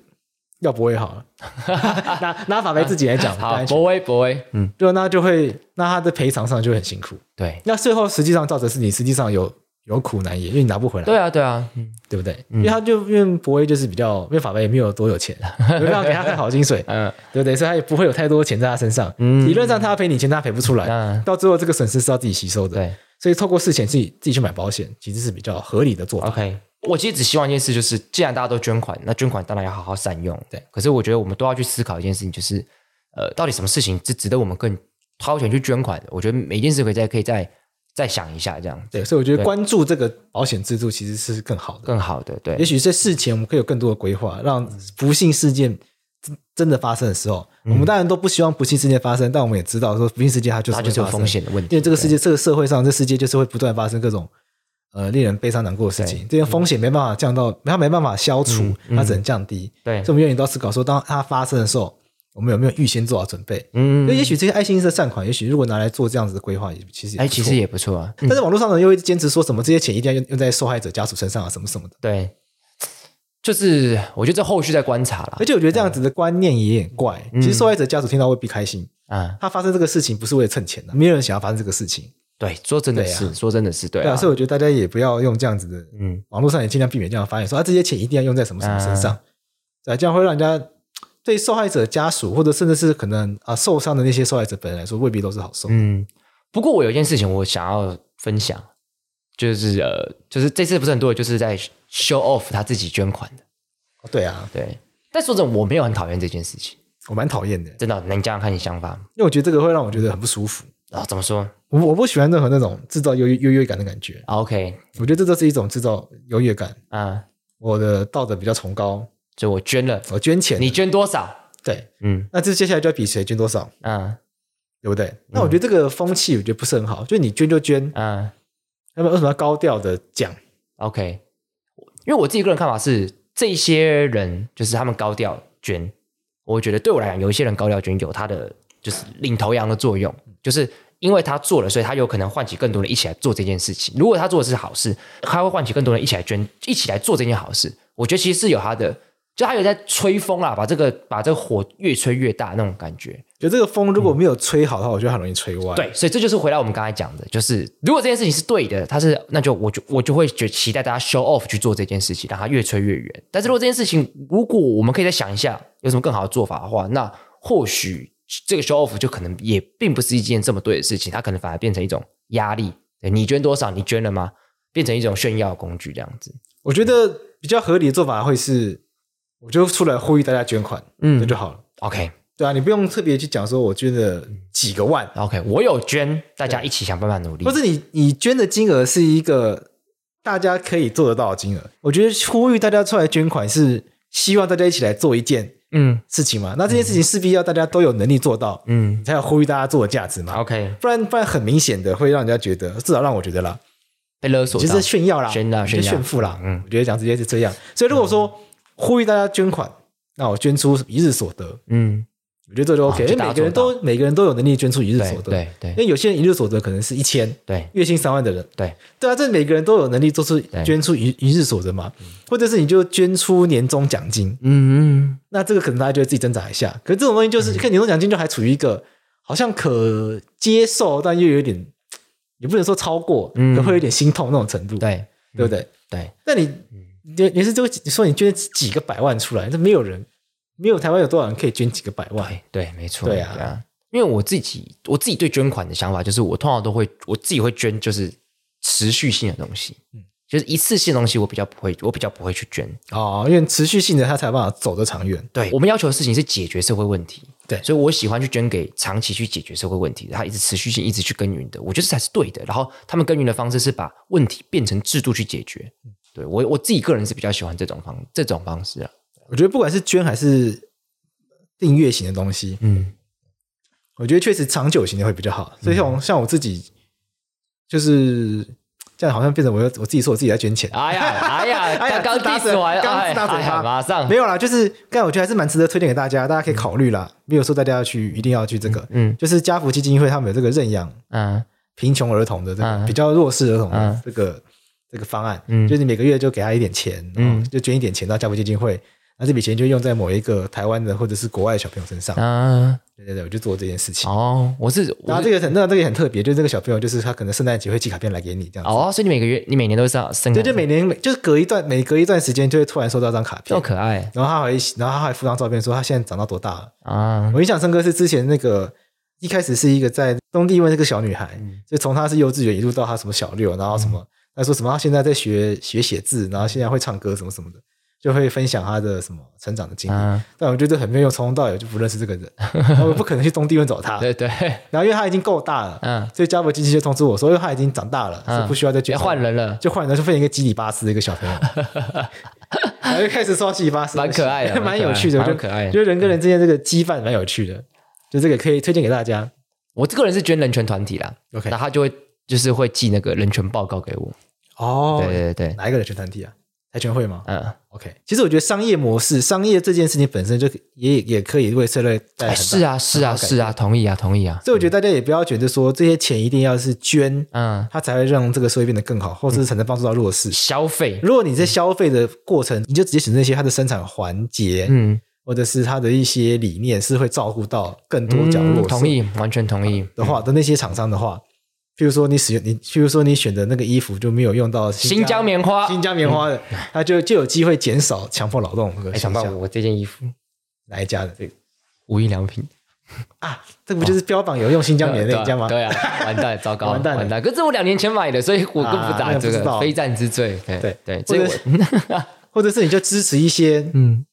S1: 要不会 好了，拿拿法白自己来讲，不
S2: 好，
S1: 安全
S2: 博威博威，嗯，
S1: 就那就会那他的赔偿上就会很辛苦。
S2: 对，
S1: 那最后实际上造成是你实际上有有苦难言，因为你拿不回来，
S2: 对啊对啊，嗯
S1: 对不对？
S2: 嗯
S1: 因为他就因为博威就是比较，因为法白也没有多有 钱，没办法给他太好薪水，
S2: 嗯
S1: 对不对？所以他也不会有太多钱在他身上。
S2: 嗯
S1: 理论上他要赔你钱，他赔不出来，
S2: 嗯，
S1: 到最后这个损失是要自己吸收的。
S2: 对
S1: 所以透过事前自己自己去买保险，其实是比较合理的做法。
S2: ，OK。我其实只希望一件事，就是既然大家都捐款，那捐款当然要好好善用。
S1: 对，
S2: 可是我觉得我们都要去思考一件事情，就是呃，到底什么事情是值得我们更掏钱去捐款的？我觉得每一件事可以再可以再再想一下，这样
S1: 对，所以我觉得
S2: 对
S1: 关注这个保险制度其实是更好的。
S2: 更好的。对
S1: 也，许在事前我们可以有更多的规划，让不幸事件真真的发生的时候，我们当然都不希望不幸事件发生，但我们也知道说不幸事件它就是
S2: 嗯它就是
S1: 会
S2: 有
S1: 发生
S2: 风，险的问题，
S1: 因为这个世
S2: 对
S1: 界、这个社会上、这世界就是会不断发生各种呃令人悲伤难过的事情，
S2: 嗯
S1: 这些风险没办法降到，它没办法消除，它只能降低。
S2: 对
S1: 所以我们永远都要思考说，当它发生的时候，我们有没有预先做好准备？
S2: 嗯
S1: 所以也许这些爱心的善款，也许如果拿来做这样子的规划，也其实也
S2: 哎，
S1: 不
S2: 其
S1: 错
S2: 实也不错啊。嗯
S1: 但是网络上的人又会坚持说什么这些钱一定要用用在受害者家属身上啊，什么什么的。
S2: 对，就是我觉得这后续再观察啦
S1: 而。且我觉得这样子的观念也很怪。其实受害者家属听到会不开心，
S2: 嗯，
S1: 他发生这个事情不是为了蹭钱的、啊没有人想要发生这个事情。
S2: 对，说真的
S1: 对啊
S2: 是，说真的是，对
S1: 对啊，
S2: 啊，
S1: 所以我觉得大家也不要用这样子的，
S2: 嗯，
S1: 网络上也尽量避免这样的发言，说啊这些钱一定要用在什么什么身上，对啊，这样会让人家对受害者家属或者甚至是可能啊受伤的那些受害者本人来说，未必都是好受。
S2: 嗯，不过我有一件事情我想要分享，就是呃，就是这次不是很多人就是在 show off 他自己捐款的，
S1: 对啊，
S2: 对。但说真的，我没有很讨厌这件事情，
S1: 我蛮讨厌的，
S2: 真的。那你这样看你想法吗
S1: 因为我觉得这个会让我觉得很不舒服。
S2: 啊、怎么说
S1: 我我不喜欢任何那种制造优越优越感的感觉，
S2: 啊？OK，
S1: 我觉得这就是一种制造优越感。
S2: 啊，
S1: 我的道德比较崇高，
S2: 就我捐了，
S1: 我捐钱，
S2: 你捐多少？
S1: 对，
S2: 嗯
S1: 那这接下来就要比谁捐多少，
S2: 嗯
S1: 对不对？那我觉得这个风气我觉得不是很好，就你捐就捐，
S2: 嗯
S1: 那么为什么要高调的讲？
S2: ，OK。因为我自己个人看法是，这些人就是他们高调捐，我觉得对我来讲，有一些人高调捐有他的就是领头羊的作用，就是因为他做了，所以他有可能唤起更多人一起来做这件事情。如果他做的是好事，他会唤起更多人一起来捐，一起来做这件好事。我觉得其实是有他的，就他有在吹风啦，把这个把这个火越吹越大那种感觉。
S1: 就这个风如果没有吹好的话，我觉得很容易吹歪。，
S2: 对，所以这就是回到我们刚才讲的，就是如果这件事情是对的，他是那就我就我就会觉期待大家 show off 去做这件事情，让它越吹越远。但是如果这件事情，如果我们可以再想一下有什么更好的做法的话，那或许这个 show off 就可能也并不是一件这么对的事情，它可能反而变成一种压力。对你捐多少？你捐了吗？变成一种炫耀工具这样子。
S1: 我觉得比较合理的做法会是，我就出来呼吁大家捐款，这
S2: 嗯
S1: 就好了。
S2: ，OK
S1: 对啊，你不用特别去讲说我捐了几个万，
S2: OK，我有捐，大家一起想办法努力
S1: 或。是你你捐的金额是一个大家可以做得到的金额。我觉得呼吁大家出来捐款是希望大家一起来做一件
S2: 嗯
S1: 事情嘛。那这件事情势必要大家都有能力做到，
S2: 嗯
S1: 你才有呼吁大家做的价值嘛。
S2: ，OK，
S1: 不然不然很明显的会让人家觉得，至少让我觉得啦，
S2: 被勒索
S1: 其
S2: 到，
S1: 实是炫耀啦，
S2: 炫耀
S1: 你就
S2: 炫耀
S1: 炫富啦。
S2: 嗯
S1: 我觉得讲直接是这样。所以如果说呼吁大家捐款，那我捐出一日所得，
S2: 嗯，
S1: 我觉得这就 OK，因
S2: 哦就
S1: 为
S2: 大
S1: 每
S2: 家
S1: 个人
S2: 做
S1: 都每个人都有能力捐出一日
S2: 对
S1: 所得。
S2: 对对
S1: 因为有些人一日所得可能是一千，
S2: 对
S1: 月薪三万的人，
S2: 对，
S1: 对啊，这每个人都有能力做出捐出一一日所得嘛，或者是你就捐出年终奖金，
S2: 嗯嗯。
S1: 那这个可能大家就会自己挣扎一下。可是这种东西就是，看年终奖金就还处于一个好像可接受，但又有点，也不能说超过，
S2: 嗯
S1: 可会有点心痛那种程度，
S2: 对嗯
S1: 对不对？
S2: 对，
S1: 那你你你是这个你说你捐几个百万出来，那没有人，没有台湾有多少人可以捐几个百万？
S2: 哎，对，没错，
S1: 对啊
S2: 因为我自己我自己对捐款的想法就是，我通常都会我自己会捐，就是持续性的东西，
S1: 嗯
S2: 就是一次性的东西，我比较不会，我比较不会去捐。
S1: 哦，因为持续性的它才有办法走得长远。
S2: 对我们要求的事情是解决社会问题，
S1: 对
S2: 所以我喜欢去捐给长期去解决社会问题的，它一直持续性一直去耕耘的，我觉得这才是对的。然后他们耕耘的方式是把问题变成制度去解决。
S1: 嗯
S2: 对我我自己个人是比较喜欢这种方这种方式啊。
S1: 我觉得不管是捐还是订阅型的东西，
S2: 嗯
S1: 我觉得确实长久型的会比较好。所以像我像我自己，就是这样，好像变成我要我自己说我自己在捐钱，
S2: 哎呀哎
S1: 哎
S2: 呀，
S1: 呀
S2: 刚
S1: 自打
S2: diss
S1: 嘴
S2: 完，
S1: 刚
S2: 哎
S1: 自打嘴
S2: 哎
S1: 巴
S2: 马上
S1: 啊没有啦，就是但我觉得还是蛮值得推荐给大家，大家可以考虑啦。没有说大家要去一定要去这个，
S2: 嗯
S1: 就是家福基金会他们有这个认养
S2: 嗯
S1: 贫穷儿童的这
S2: 嗯
S1: 个比较弱势儿童
S2: 嗯
S1: 的这个这个方案，
S2: 嗯
S1: 就是你每个月就给他一点钱，
S2: 嗯
S1: 嗯，就捐一点钱到家福基金会，那这笔钱就用在某一个台湾的或者是国外的小朋友身上。
S2: 嗯
S1: 对对对，我就做这件事情。
S2: 哦，我是
S1: 然
S2: 我
S1: 后
S2: 是
S1: 这个很，那这个也很特别，就是这个小朋友，就是他可能圣诞节会寄卡片来给你这样子。
S2: 哦，所以你每个月你每年都是要生
S1: 对，
S2: 孩子，
S1: 就每年每就是隔一段，每隔一段时间就会突然收到一张卡
S2: 这
S1: 片
S2: 么，可爱
S1: 然后他还然后他还附张照片说他现在长到多大了。
S2: 啊，
S1: 我印象深刻是之前那个一开始是一个在东帝汶这个小女孩，
S2: 嗯
S1: 就从她是幼稚园一路到她什么小六，然后什么她说什么她现在在学学写字，然后现在会唱歌什么什么的，就会分享她的什么成长的经历。
S2: 嗯
S1: 但我觉得很没有用，从头到尾就不认识这 个人，然后我不可能去东帝汶找她。
S2: 对对，
S1: 然后因为她已经够大了，
S2: 嗯，
S1: 所以家伯经纪就通知我说，因为她已经长大了，
S2: 嗯
S1: 是不需要再捐
S2: 别换人了，
S1: 就换人，就变成一个基里巴斯的一个小朋 友，然后就开始刷基里巴斯，
S2: 蛮可爱的 蛮
S1: 蛮
S2: 可爱
S1: 有趣的，我
S2: 蛮
S1: 觉得
S2: 可爱的
S1: 觉得人跟人之间这个羁绊蛮有趣的，就这个可以推荐给大家。
S2: 我这个人是捐人权团体啦
S1: OK
S2: 那他就会就是会寄那个人权报告给我，
S1: 哦
S2: 对对对，
S1: 哪一个人权团体啊？跆拳会吗
S2: 嗯，
S1: ？OK，其实我觉得商业模式、商业这件事情本身就也也可以为策略带来
S2: 哎
S1: 很大
S2: 是，啊是啊
S1: 很好感
S2: 是啊，同意啊同意啊，
S1: 所以我觉得大家也不要觉得说这些钱一定要是捐，
S2: 嗯，
S1: 它才会让这个社会变得更好，或者是才能帮助到弱势。
S2: 消费，
S1: 如果你在消费的过程，你就直接选择一些它的生产环节，
S2: 嗯，
S1: 或者是它的一些理念是会照顾到更多角落
S2: 嗯
S1: 的、
S2: 同意，完全同意。
S1: 的话的那些厂商的话，譬如说你使用你，譬如说你选的那个衣服就没有用到
S2: 新疆棉花，嗯
S1: 新疆棉花的，它就就有机会减少强迫劳动这个
S2: 哎，想
S1: 现
S2: 到
S1: 象。
S2: 我这件衣服，
S1: 哪一家的这个
S2: 无印良品，
S1: 啊？这不就是标榜有用新疆棉的那一家吗？
S2: 对啊，对啊 完蛋，糟糕，
S1: 完蛋了
S2: 完蛋。可是我两年前买的，所以我更不
S1: 啊那
S2: 打
S1: 个
S2: 这
S1: 不知
S2: 个
S1: 道
S2: 非战之罪。对
S1: 对
S2: 对，所以
S1: 或
S2: 我
S1: 者
S2: 啊
S1: 或者是你就支持一些
S2: 嗯，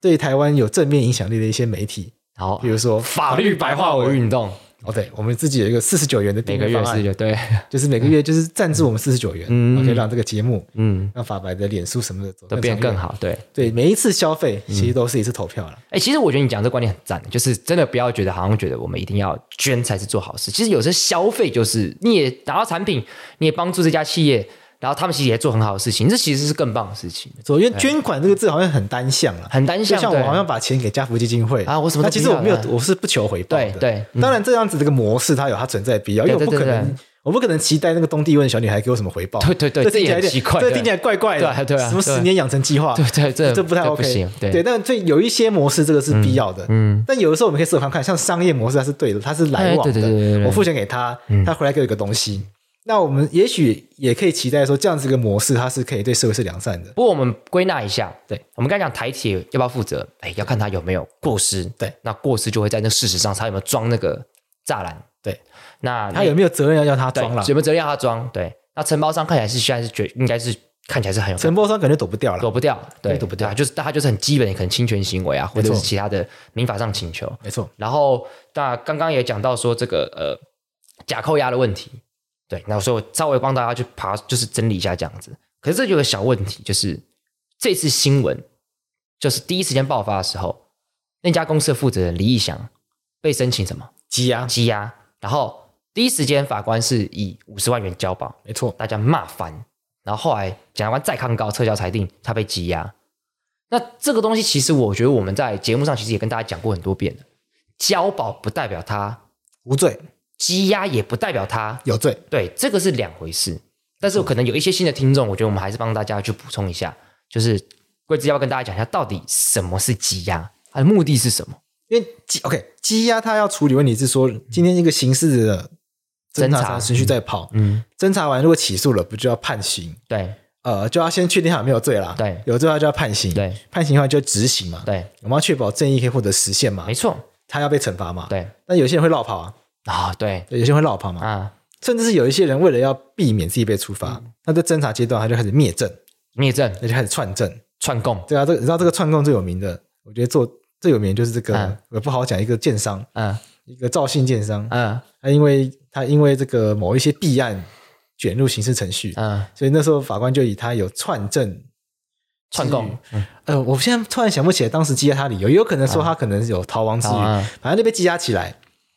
S1: 对台湾有正面影响力的一些媒体，
S2: 好，
S1: 比如说
S2: 法律白话文运动，
S1: 哦，对我们自己有一个四十九元的订
S2: 每个
S1: 阅
S2: 月
S1: 方
S2: 是
S1: 案，
S2: 就对，
S1: 就是每个月就是赞助我们四十九元，
S2: 嗯
S1: 然后可以让这个节目。
S2: 嗯，
S1: 让法白的脸书什么的走
S2: 都变得更
S1: 长远。
S2: 好。对，
S1: 对，每一次消费其实都是一次投票了。
S2: 哎，其实我觉得你讲这观点很赞，就是真的不要觉得好像觉得我们一定要捐才是做好事。其实有时候消费就是你也达到产品，你也帮助这家企业，然后他们其实也做很好的事情，这其实是更棒的事情。
S1: 所以因为捐款这个字好像很单向了，
S2: 很单向
S1: 就像
S2: 对
S1: 我好像把钱给家福基金会
S2: 啊我什么都
S1: 那其实
S2: 不要
S1: 我没有
S2: 啊，
S1: 我是不求回报的。
S2: 对对嗯
S1: 当然这样子这个模式它有它存在的必要，因为我
S2: 对
S1: 不
S2: 对
S1: 可
S2: 对对
S1: 能。我不可能期待那个东帝汶小女孩给我什么回报，
S2: 对对对
S1: 这听起
S2: 这也
S1: 来
S2: 很
S1: 有点
S2: 奇怪
S1: 这
S2: 对
S1: 听起来怪怪的，
S2: 对啊对啊
S1: 什么
S2: 对
S1: 十年养成计划，
S2: 对对这
S1: 这不太
S2: 这不
S1: OK，
S2: 行对
S1: 但这有一些模式这个是必要的，
S2: 嗯
S1: 但有的时候我们可以试着看看，像商业模式它是对的，它是来往的，
S2: 哎对对对对嗯对
S1: 我付钱给他，他回来给我一个东西。那我们也许也可以期待说，这样子一个模式，它是可以对社会是良善的。
S2: 不过我们归纳一下，对我们刚才讲台铁要不要负责，哎，要看他有没有过失。
S1: 对，
S2: 那过失就会在那个事实上，他有没有装那个栅栏？
S1: 对，
S2: 那
S1: 他有没有责任要要他
S2: 对
S1: 装了
S2: 有？没有责任让他装？对，那承包商看起来是现在是觉应该是看起来是很有
S1: 陈波商感觉躲不掉
S2: 躲
S1: 了，
S2: 不掉，对，
S1: 啊对躲不掉
S2: 对啊就是但他就是很基本的可能侵权行为啊，或者
S1: 没
S2: 是
S1: 错
S2: 其他的民法上请求。
S1: 没错，
S2: 然后那刚刚也讲到说这个呃假扣押的问题，对，那所以我稍微帮大家去爬，就是整理一下这样子。可是这有个小问题，就是这次新闻就是第一时间爆发的时候，那家公司的负责人李义祥被申请什么
S1: 积压，
S2: 羁押，然后第一时间法官是以五十万元交保，
S1: 没错，
S2: 大家骂翻，然后后来检察官再抗告，撤销裁定，他被羁押。那这个东西，其实我觉得我们在节目上其实也跟大家讲过很多遍了，交保不代表他
S1: 无罪
S2: 羁押，也不代表他
S1: 有罪，
S2: 对，这个是两回事。但是可能有一些新的听众，我觉得我们还是帮大家去补充一下，就是贵志要不要跟大家讲一下，到底什么是羁押，它的目的是什么？
S1: 因为积 OK 积压，他要处理问题是说，今天一个刑事的侦
S2: 侦
S1: 查
S2: 查
S1: 程序在跑，
S2: 嗯，
S1: 侦查完如果起诉了，不就要判刑？
S2: 对
S1: 呃，就要先确定他有没有罪啦。
S2: 对
S1: 有罪他就要判刑，
S2: 对
S1: 判刑的话就要执行嘛。，
S2: 对，
S1: 我们要确保正义可以获得实现嘛
S2: 没，错，
S1: 他要被惩罚嘛。，
S2: 对
S1: 但有些人会绕跑啊，
S2: 啊、对
S1: 对有些人会绕跑嘛，
S2: 啊，
S1: 甚至是有一些人为了要避免自己被处罚，
S2: 嗯
S1: 那在侦查阶段他就开始灭证，
S2: 灭证、
S1: 那就开始串证。
S2: 串供，
S1: 对啊，这个你知道这个串供最有名的，我觉得做最有名的就是这个，
S2: 嗯
S1: 我不好讲一个建商，
S2: 嗯
S1: 一个赵姓建商，
S2: 嗯
S1: 他因为他因为这个某一些弊案卷入刑事程序，
S2: 嗯，
S1: 所以那时候法官就以他有串证
S2: 串供，
S1: 呃，我现在突然想不起来当时羁押他理由，也有可能说他可能有嗯逃亡之余，
S2: 啊啊
S1: 反正就被羁押起来，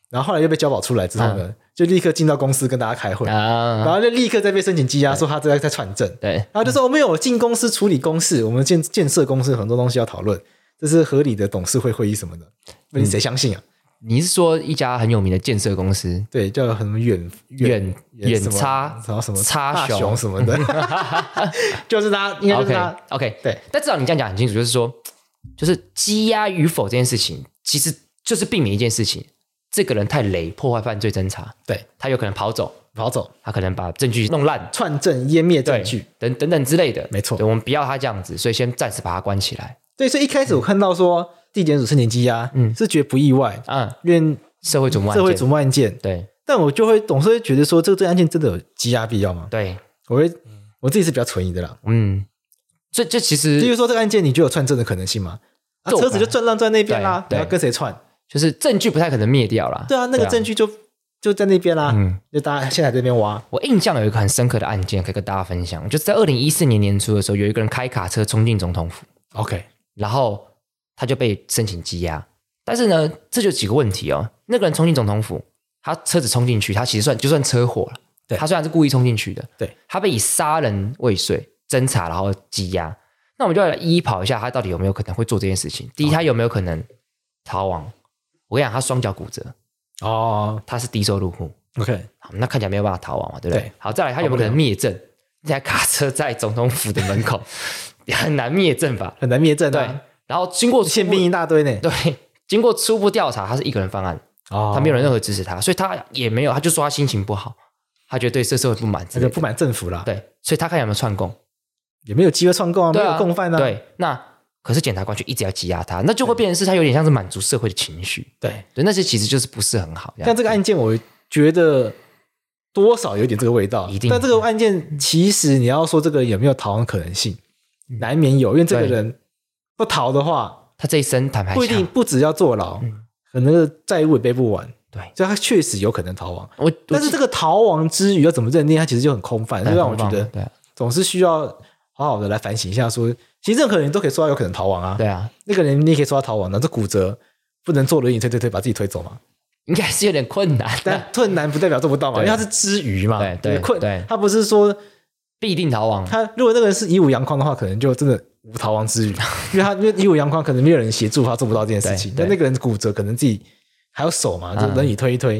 S1: 然后后来又被交保出来之后呢，就立刻进到公司跟大家开会，然
S2: 啊，
S1: 后就立刻再被申请羁押，说他在在串证，
S2: 对，
S1: 然后就说我们有进公司处理公事，我们建建设公司有很多东西要讨论，这是合理的董事会会议什么的，那你谁相信啊？
S2: 你是说一家很有名的建设公司？
S1: 对，叫什么远
S2: 远远
S1: 什么
S2: 差
S1: 然后什么
S2: 差
S1: 大
S2: 熊
S1: 熊什 么的，就是他，应该就是
S2: OK
S1: 他。
S2: OK，
S1: 对。
S2: 但至少你这样讲很清楚，就是说，就是积压与否这件事情，其实就是避免一件事情：这个人太雷，破坏犯罪侦查，
S1: 对，
S2: 他有可能跑走，
S1: 跑走
S2: 他可能把证据弄烂，
S1: 串证湮灭证
S2: 对
S1: 据。，
S2: 等等等之类的。
S1: 没错
S2: 对我们不要他这样子，所以先暂时把他关起来。
S1: 对，所以一开始我看到说地检署申请羁押，
S2: 嗯
S1: 是觉得不意外，
S2: 嗯，
S1: 因为
S2: 社会瞩目案件，
S1: 社会瞩目案件，
S2: 对
S1: 但我就会总是会觉得说这个对案件真的有羁押必要吗？
S2: 对，
S1: 我会我自己是比较存疑的啦。
S2: 嗯，这这其
S1: 就
S2: 实
S1: 是说这个案件你就有串证的可能性吗？啊，
S2: 这我
S1: 车子就转让在那边啦，
S2: 对
S1: 你要跟谁串？
S2: 就是证据不太可能灭掉啦。
S1: 对啊，那个证据就就在那边啦，
S2: 嗯
S1: 就大家现在在这边挖。
S2: 我印象有一个很深刻的案件可以跟大家分享，就是在二零一四年年初的时候，有一个人开卡车冲进总统府，
S1: OK，
S2: 然后他就被申请羁押。但是呢，这就有几个问题哦。那个人冲进总统府，他车子冲进去，他其实算就算车祸了。
S1: 对
S2: 他虽然是故意冲进去的，
S1: 对，
S2: 他被以杀人未遂、侦查然后羁押。那我们就来一一跑一下，他到底有没有可能会做这件事情？第一，他有没有可能逃亡？我跟你讲，他双脚骨折，
S1: 哦
S2: 他是低收入户，
S1: ，OK，
S2: 好，那看起来没有办法逃亡嘛，对不对？
S1: 对
S2: 好，再来，他有没有可能灭证？那台卡车在总统府的门口， 也很难灭证吧？
S1: 很难灭证
S2: 对
S1: 啊，。
S2: 然后经过初步
S1: 宪兵一大堆呢。
S2: 对，经过初步调查，他是一个人犯案，
S1: 哦
S2: 他没有人任何支持他，所以他也没有，他就说他心情不好，他觉得对这社会不满
S1: 那
S2: 之类
S1: 个
S2: 的，
S1: 不满政府啦，
S2: 对，所以他看有没有串供，
S1: 也没有机会串供啊，没
S2: 对
S1: 有
S2: 啊，
S1: 共犯啊，
S2: 对，那。可是检察官却一直要羁押他，那就会变成是他有点像是满足社会的情绪，
S1: 对。
S2: 对，那些其实就是不是很好。这样
S1: 但这个案件，我觉得多少有点这个味道。
S2: 一定
S1: 但这个案件，其实你要说这个有没有逃亡可能性，难免有，因为这个
S2: 对
S1: 人不逃的话，
S2: 他这一生坦白
S1: 不一定
S2: 讲，
S1: 不只要坐牢，可能那个债务也背不完，
S2: 嗯对
S1: 所以他确实有可能逃亡。
S2: 我，
S1: 但是这个逃亡之余要怎么认定，他其实就很空泛，
S2: 我
S1: 就让我觉得
S2: 对啊
S1: 总是需要好好的来反省一下说其实任何人都可以说他有可能逃亡啊，
S2: 对啊，
S1: 那个人你也可以说他逃亡的，啊这骨折不能坐轮椅推推推把自己推走嘛。
S2: 应该是有点困难
S1: 但
S2: 的，
S1: 困难不代表做不到嘛，因
S2: 对
S1: 为他是之余嘛，
S2: 对对
S1: 就是困
S2: 对
S1: 他不是说
S2: 必定逃亡。
S1: 他如果那个人是以武扬匡的话，可能就真的无逃亡 之余，因为他因为以武扬匡可能没有人协助他做不到这件事情，
S2: 对
S1: 但
S2: 对
S1: 那个人骨折可能自己还有手嘛，就
S2: 嗯
S1: 轮椅推一推，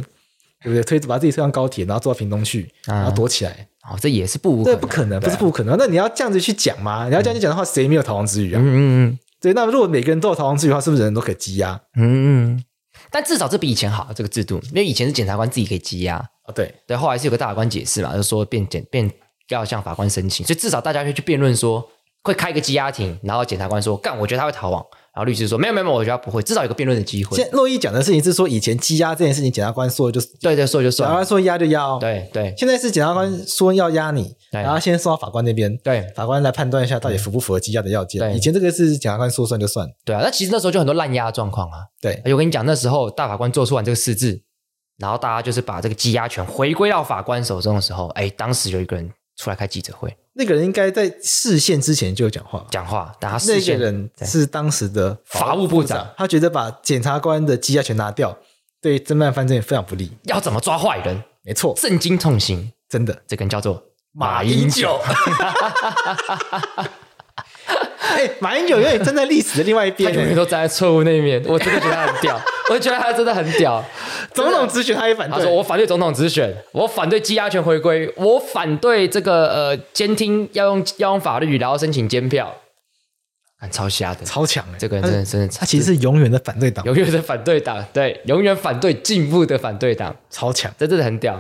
S1: 对不对？推把自己推上高铁，然后坐到屏东去，
S2: 嗯
S1: 然后躲起来，
S2: 哦，这也是不无
S1: 这
S2: 可
S1: 不
S2: 能。啊
S1: 可能，不是不可能。那你要这样子去讲吗？你要这样去讲的话，谁没有逃亡之余啊？
S2: 嗯嗯
S1: 对，那如果每个人都有逃亡之余的话，是不是人都可以羁押？
S2: 嗯嗯嗯，但至少这比以前好，这个制度，因为以前是检察官自己可以羁押，
S1: 啊，对，
S2: 哦对，后来是有个大法官解释嘛，就说变检变要向法官申请，所以至少大家会去辩论说会开一个羁押庭，然后检察官说干，我觉得他会逃亡，然后律师说没有没有，没有我觉得他不会，至少有个辩论的机会
S1: 现。在洛伊讲的事情是说，以前羁押这件事情，检察官说就是
S2: 对对，所以就
S1: 检
S2: 算
S1: 察
S2: 了。
S1: 官说押就押哦，
S2: 对对
S1: 现在是检察官说要押你，
S2: 对
S1: 然后先送到法官那边，
S2: 对
S1: 法官来判断一下到底符不符合羁押的要件。
S2: 对
S1: 以前这个是检察官说算就算，
S2: 对啊，那其实那时候就很多滥押的状况啊。
S1: 对
S2: 而且我跟你讲，那时候大法官做出完这个释字，然后大家就是把这个羁押权回归到法官手中的时候，哎，当时有一个人出来开记者会
S1: 那个人应该在视线之前就有讲话。
S2: 讲话，但他视
S1: 那个
S2: 线
S1: 人
S2: 对
S1: 是当时的
S2: 法务部长
S1: 他觉得把检察官的羁押权拿掉，对侦办犯罪非常不利。
S2: 要怎么抓坏人，
S1: 没错，
S2: 震惊痛心，
S1: 真的。
S2: 这个人叫做
S1: 马英九。哎，马英九永远站在历史的另外一
S2: 他
S1: 边
S2: 永远
S1: 欸，
S2: 都站在错误那一面，我真的觉得他很屌，我觉得他真的很 屌。
S1: 哎总统直选他也反
S2: 他说：“哦
S1: 对。
S2: 我反对总统直选，我反对羁押权回归，我反对这个呃监听要用要用法律，然后申请监票，看超瞎的。
S1: 超强欸
S2: 这个人真的真的，
S1: 他其实是永远的反对 党，
S2: 永远的反对党，对，永远反对进步的反对党，
S1: 超强。
S2: 这真的很屌，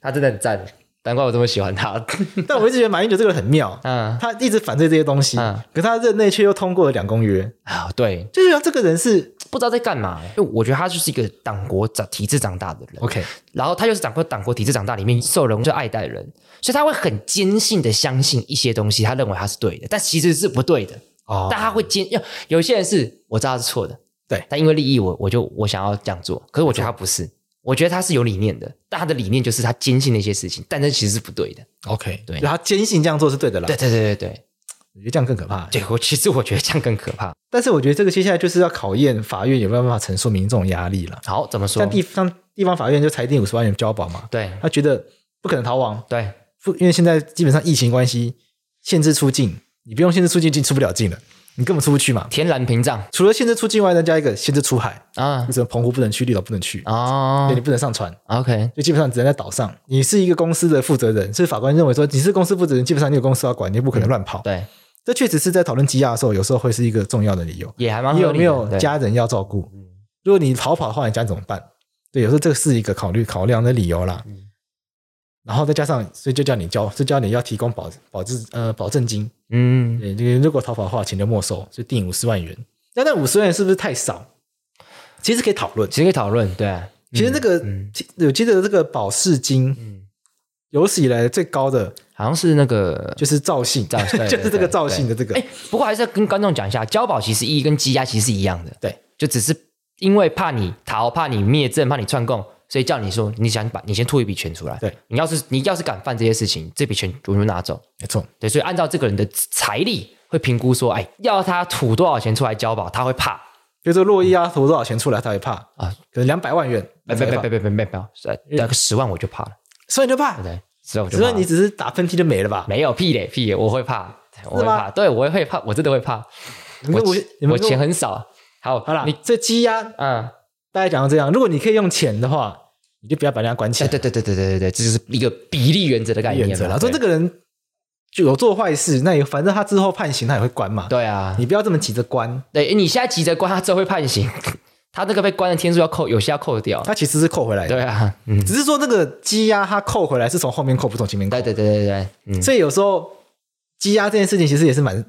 S2: 他真的很赞，难怪我这么喜欢他。
S1: 但我一直觉得马英九这个人很妙，
S2: 嗯
S1: 他一直反对这些东西，
S2: 嗯
S1: 可他任内却又通过了两公约，
S2: 啊，对，
S1: 就是这个人是
S2: 不知道在干嘛，因为我觉得他就是一个党国长体制长大的人，
S1: OK，
S2: 然后他就是党国党国体制长大里面受人最爱戴的人，所以他会很坚信的相信一些东西，他认为他是对的，但其实是不对的。
S1: 哦
S2: 但他会坚，有有些人是我知道他是错的，
S1: 对
S2: 但因为利益我，我就我想要这样做，可是我觉得他不是，我觉得他是有理念的，但他的理念就是他坚信那些事情，但那其实是不对的。
S1: OK，
S2: 对
S1: 就他坚信这样做是对的啦。
S2: 对对对对对，
S1: 我觉得这样更可怕。
S2: 对我其实我觉得这样更可怕。
S1: 但是我觉得这个接下来就是要考验法院有没有办法承受民众压力了。
S2: 好，怎么说
S1: 像？地方地方法院就裁定五十万元交保嘛，
S2: 对
S1: 他觉得不可能逃亡，
S2: 对，
S1: 不因为现在基本上疫情关系限制出境，你不用限制出境，进出不了境了，你根本出不去嘛。
S2: 天然屏障
S1: 除了限制出境外，再加一个限制出海，
S2: 啊
S1: 就是澎湖不能去，绿岛不能去，对
S2: 哦
S1: 你不能上船，
S2: ，OK，
S1: 就基本上只能在岛上。你是一个公司的负责人，所以法官认为说你是公司负责人，基本上你有公司要管，你也不可能乱跑。
S2: 嗯对，
S1: 这确实是在讨论羁押的时候，有时候会是一个重要的理由。
S2: 也还蛮
S1: 你
S2: 合
S1: 有
S2: 理的
S1: 没有
S2: 对嗯
S1: 家人要照顾？如果你逃跑的话，你家人怎么办？对，有时候这个是一个考虑考量的理由啦。
S2: 嗯
S1: 然后再加上，所以就叫你交，就叫你要提供保保证呃保证金。
S2: 嗯，
S1: 对，你如果逃跑的话，钱就没收，就定五十万元。那那五十万元是不是太少？其实可以讨论。
S2: 其实可以讨论，对啊，
S1: 其实那个，
S2: 嗯
S1: 记我记得这个保释金
S2: 嗯，
S1: 有史以来最高的
S2: 好像是那个
S1: 就是赵信，
S2: 赵对 对
S1: 就是这个
S2: 对
S1: 赵信的这个
S2: 哎、。不过还是要跟观众讲一下，交保其实意义跟羁押其实是一样的，
S1: 对，
S2: 就只是因为怕你逃、怕你灭证、怕你串供，所以叫你说你想把你先吐一笔钱出来，
S1: 对，
S2: 你要是你要是敢犯这些事情，这笔钱我就拿走，
S1: 没错，
S2: 对，所以按照这个人的财力会评估说，哎，要他吐多少钱出来交保，他会怕
S1: 比如说洛伊啊，投多少钱出来，他也怕
S2: 啊，哎
S1: 可能两百万元，
S2: 别别别别别别别别，那个十万我就怕了，
S1: 所以你就怕
S2: 对不，对？十万我
S1: 只
S2: 就怕
S1: 要
S2: 了
S1: 你只是打喷嚏就没了吧？
S2: 没有屁嘞屁嘞，我会怕，我会怕，对我会怕，我真的会怕，
S1: 你们
S2: 我
S1: 我你们
S2: 我
S1: 跟
S2: 钱很少，好，
S1: 好啦
S2: 你，
S1: 这羁押
S2: 嗯。
S1: 大概讲到这样，如果你可以用钱的话，你就不要把人家关起
S2: 对
S1: 来。
S2: 对对对对对对对，这就是一个比例原则的概念
S1: 原则
S2: 嘛
S1: 啦，说
S2: 对
S1: 这个人就有做坏事，那也反正他之后判刑，他也会关嘛。
S2: 对啊，
S1: 你不要这么急着关，
S2: 对你现在急着关，他之后会判刑， 他那个被关的天数要扣，有些要扣掉。
S1: 他其实是扣回来的。
S2: 对啊，嗯，
S1: 只是说这个羁押他扣回来是从后面扣，不是从前面扣
S2: 对。对对对对，嗯
S1: 所以有时候羁押这件事情其实也是蛮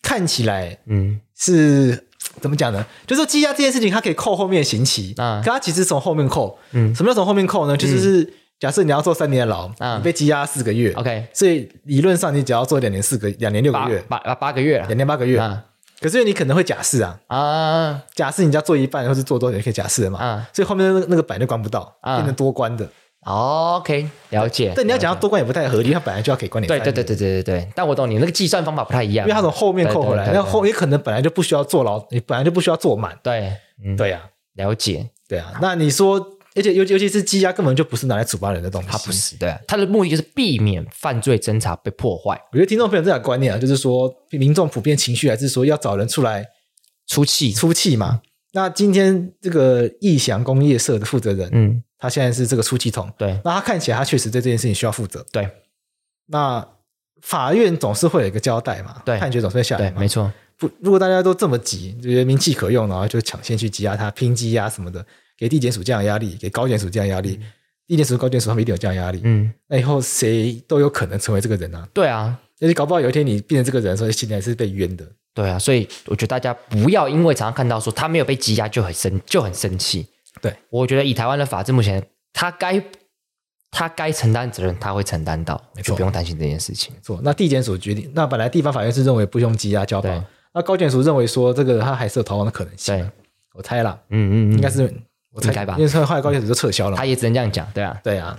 S1: 看起来
S2: 嗯，
S1: 是怎么讲呢？就是说羁押这件事情，它可以扣后面的刑期，
S2: 啊
S1: 可它其实从后面扣。
S2: 嗯
S1: 什么叫从后面扣呢？就是是假设你要坐三年的牢，
S2: 啊
S1: 你被羁押四个月
S2: OK
S1: 所以理论上你只要坐两年四个、两年六个
S2: 八
S1: 月、
S2: 八八八个月了
S1: 两年八个月。
S2: 啊
S1: 可是你可能会假释啊，
S2: 啊
S1: 假释你只要做一半或是做多久就可以假释了嘛。
S2: 啊
S1: 所以后面那个那个板就关不到，
S2: 啊
S1: 变成多关的。
S2: ，OK，了解。
S1: 但你要讲到多关也不太合理，他本来就要可以关你
S2: 对
S1: 三
S2: 对
S1: 年。
S2: 对对对对对，但我懂你那个计算方法不太一样，
S1: 因为他从后面扣回来，
S2: 对对对
S1: 那
S2: 对
S1: 后也可能本来就不需要坐牢，你本来就不需要坐满。
S2: 对嗯
S1: 对呀、
S2: 了解，
S1: 对呀、那你说，而且尤尤其是羁押，根本就不是拿来处罚人的东西。
S2: 他不是对啊，他的目的就是避免犯罪侦查被破坏，
S1: 我觉得听众朋友这种观念啊，就是说民众普遍情绪还是说要找人出来
S2: 出气，
S1: 出气嘛。那今天这个义祥工业社的负责人，
S2: 嗯，
S1: 他现在是这个出气筒，
S2: 对
S1: 那他看起来他确实对这件事情需要负责。
S2: 对
S1: 那法院总是会有一个交代嘛，
S2: 对
S1: 判决总是会下来
S2: 对，
S1: 嘛。
S2: 没错，
S1: 不，如果大家都这么急，觉得名气可用，然后就抢先去羁押他、拼羁押什么的，给地检署这样的压力，给高检署这样的压力，地检署、高检署他们一定有这样的压力。
S2: 嗯。
S1: 那以后谁都有可能成为这个人啊！
S2: 对啊，
S1: 而且搞不好有一天你变成这个人的时候，心里还是被冤的。
S2: 对啊，所以我觉得大家不要因为常常看到说他没有被羁押就很生就很生气。
S1: 对，
S2: 我觉得以台湾的法治目前，他该他该承担责任，他会承担到，
S1: 没错
S2: 就不用担心这件事情。
S1: 错，那地检署决定，那本来地方法院是认为不用羁押交保
S2: 对，
S1: 那高检署认为说这个他还是有逃亡的可能性
S2: 对
S1: 啊。我猜啦，
S2: 嗯嗯，嗯
S1: 应该是我猜
S2: 应该吧
S1: 因为后来高检署就撤销了嘛
S2: 他。也只能这样讲，对啊。
S1: 对啊，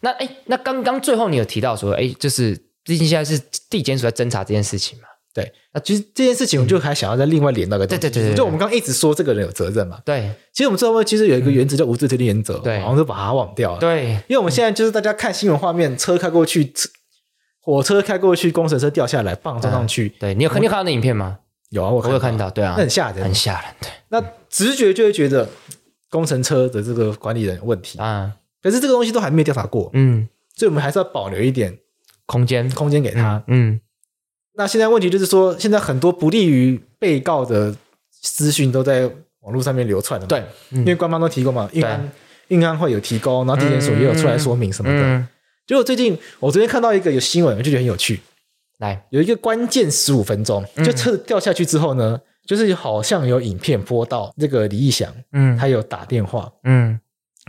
S2: 那哎，那刚刚最后你有提到说，哎，就是毕竟现在是地检署在侦查这件事情嘛，
S1: 对。那其实这件事情，我就还想要再另外连到一个东西，
S2: 对对对对对
S1: 就我们刚刚一直说这个人有责任嘛，
S2: 对
S1: 其实我们最后其实有一个原则叫无罪推定原则，
S2: 嗯对
S1: 好像都把它忘掉了。，
S2: 对
S1: 因为我们现在就是大家看新闻画面，车开过去，车火车开过去，工程车掉下来，棒撞上去。
S2: 对，你有肯定看到那影片吗？
S1: 有啊，我
S2: 嗯我有看到，对啊
S1: 那，很吓人
S2: 很。吓人，对
S1: 那直觉就会觉得工程车的这个管理人有问题，
S2: 啊，
S1: 可是这个东西都还没有调查过，
S2: 嗯，
S1: 所以我们还是要保留一点
S2: 空间，
S1: 空间给他。
S2: 嗯，
S1: 那现在问题就是说，现在很多不利于被告的资讯都在网络上面流窜的嘛，
S2: 对，嗯因
S1: 因为官方都提供嘛，运安运安会有提供，然后地检署也有出来说明什么的。
S2: 嗯，
S1: 结果最近我昨天看到一个有新闻，我就觉得很有趣，
S2: 来，
S1: 有一个关键十五分钟，
S2: 嗯
S1: 就车子掉下去之后呢，就是好像有影片播到这个李义祥，
S2: 嗯
S1: 他有打电话，
S2: 嗯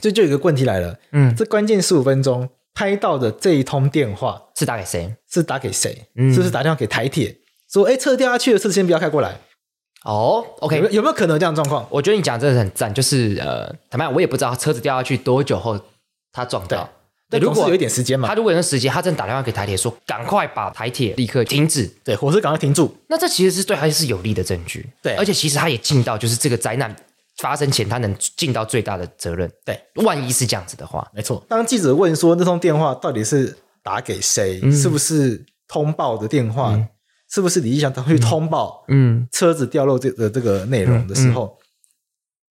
S1: 这就有一个问题来了，
S2: 嗯，
S1: 这关键十五分钟拍到的这一通电话
S2: 是打给谁？
S1: 是打给谁？
S2: 嗯
S1: 是不是打电话给台铁？说，哎，车掉下去了，车子先不要开过来。
S2: 哦
S1: 有没
S2: ，OK，
S1: 有有没有可能有这样的状况？
S2: 我觉得你讲得真的很赞，就是呃，坦白讲，我也不知道车子掉下去多久后他撞到，
S1: 但
S2: 如
S1: 总是
S2: 果
S1: 有一点时间嘛
S2: 他，如果有那时间，他真的打电话给台铁说，赶快把台铁立刻停止。
S1: 对，火车赶快停住，
S2: 那这其实是对他是有利的证据。
S1: 对
S2: 而且其实他也尽到就是这个灾难发生前他能尽到最大的责任。
S1: 对，
S2: 万一是这样子的话，
S1: 没错。当记者问说那通电话到底是打给谁，是不是通报的电话，是不是李义祥他去通报
S2: 嗯，
S1: 车子掉落这的这个内容的时候，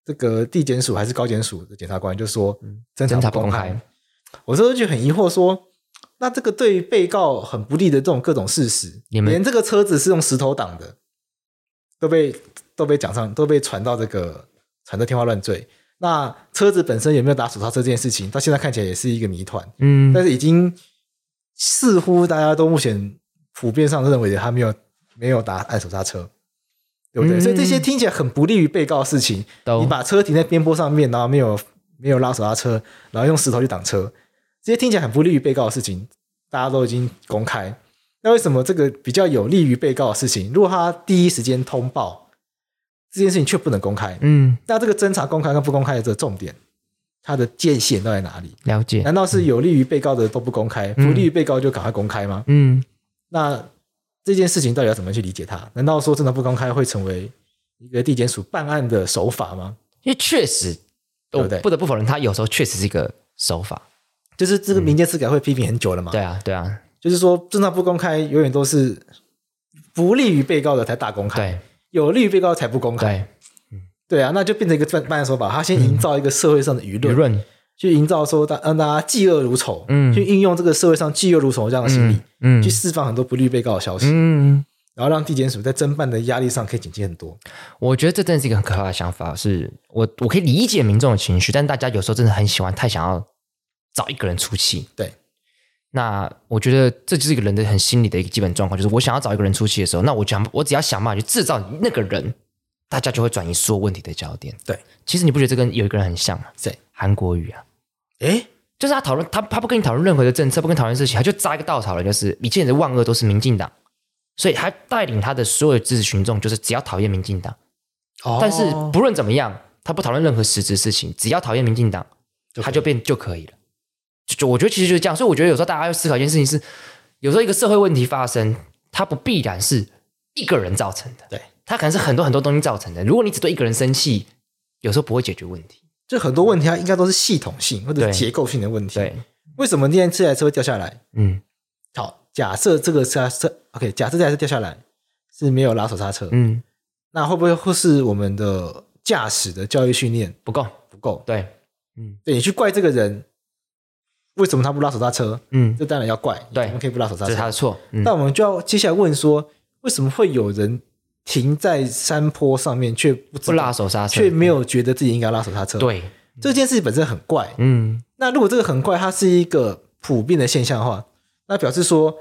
S1: 这个地检署还是高检署的检察官就说嗯侦
S2: 侦查
S1: 查
S2: 不
S1: 不
S2: 公
S1: 公
S2: 开
S1: 开。我这时候就很疑惑说，那这个对被告很不利的这种各种事实，
S2: 你们
S1: 连这个车子是用石头挡的，都被都被讲上，都被传到这个传到天花乱坠。那车子本身有没有打手刹车这件事情，到现在看起来也是一个谜团。
S2: 嗯
S1: 但是已经似乎大家都目前普遍上都认为他没有没有打按手刹车，对不对？
S2: 嗯
S1: 所以这些听起来很不利于被告的事情，
S2: 都
S1: 你把车停在边坡上面，然后没有没有拉手刹车，然后用石头去挡车，这些听起来很不利于被告的事情，大家都已经公开。那为什么这个比较有利于被告的事情，如果他第一时间通报这件事情却不能公开？
S2: 嗯，
S1: 那这个侦查公开跟不公开的这个重点，它的界限到底在哪里？
S2: 了解，
S1: 难道是有利于被告的都不公开，
S2: 嗯
S1: 不利于被告就赶快公开吗？
S2: 嗯，
S1: 那这件事情到底要怎么去理解它？难道说真的不公开会成为一个地检署办案的手法吗？
S2: 因为确实，
S1: 对
S2: 我
S1: 不对
S2: 不得不否认，他有时候确实是一个手法。
S1: 就是这个民间司改会批评很久了嘛，
S2: 嗯对啊，对啊，
S1: 就是说真的不公开永远都是不利于被告的才大公开，
S2: 对
S1: 有利于被告才不公开。
S2: 对，
S1: 对啊，那就变成一个办办案手法，他先营造一个社会上的舆
S2: 嗯舆
S1: 论，
S2: 论，
S1: 去营造说大让大家嫉恶如仇，
S2: 嗯
S1: 去运用这个社会上嫉恶如仇这样的心理
S2: 嗯，嗯
S1: 去释放很多不利于被告的消息。
S2: 嗯，
S1: 然后让地检署在侦办的压力上可以警戒很多。
S2: 我觉得这真的是一个很可怕的想法，是我我可以理解民众的情绪，但大家有时候真的很喜欢太想要找一个人出气。
S1: 对，
S2: 那我觉得这就是一个人的很心理的一个基本状况，就是我想要找一个人出气的时候，那我想我只要想办法去制造那个人，大家就会转移所有问题的焦点。
S1: 对，
S2: 其实你不觉得这跟有一个人很像吗？
S1: 谁？
S2: 韩国瑜啊，
S1: 哎，
S2: 就是他讨论他他不跟你讨论任何的政策，不跟你讨论事情，他就扎一个稻草人，就是你现在的万恶都是民进党，所以他带领他的所有支持群众，就是只要讨厌民进党。
S1: 哦
S2: 但是不论怎么样，他不讨论任何实质事情，只要讨厌民进党，他就变就可以了。就就我觉得其实就是这样，所以我觉得有时候大家要思考一件事情是，有时候一个社会问题发生，它不必然是一个人造成的，
S1: 对，
S2: 它可能是很多很多东西造成的。如果你只对一个人生气，有时候不会解决问题。
S1: 就很多问题，它应该都是系统性或者
S2: 对
S1: 是结构性的问题。
S2: 对，，
S1: 为什么今天这台车会掉下来？
S2: 嗯
S1: 好，假设这个车车 OK，假设这台车掉下来是没有拉手刹车，
S2: 嗯，
S1: 那会不会会是我们的驾驶的教育训练
S2: 不够，
S1: 不够？
S2: 对，
S1: 对你去怪这个人，为什么他不拉手刹车？
S2: 嗯，
S1: 这当然要怪，
S2: 对
S1: 我们可以不拉手刹
S2: 这
S1: 车
S2: 是。他的错。嗯
S1: 那我们就要接下来问说，为什么会有人停在山坡上面却不知
S2: 不
S1: 道
S2: 拉手刹车
S1: 却，没有觉得自己应该拉手刹车？，
S2: 对，
S1: 这件事本身很怪。
S2: 嗯，
S1: 那如果这个很怪，它是一个普遍的现象的话，那表示说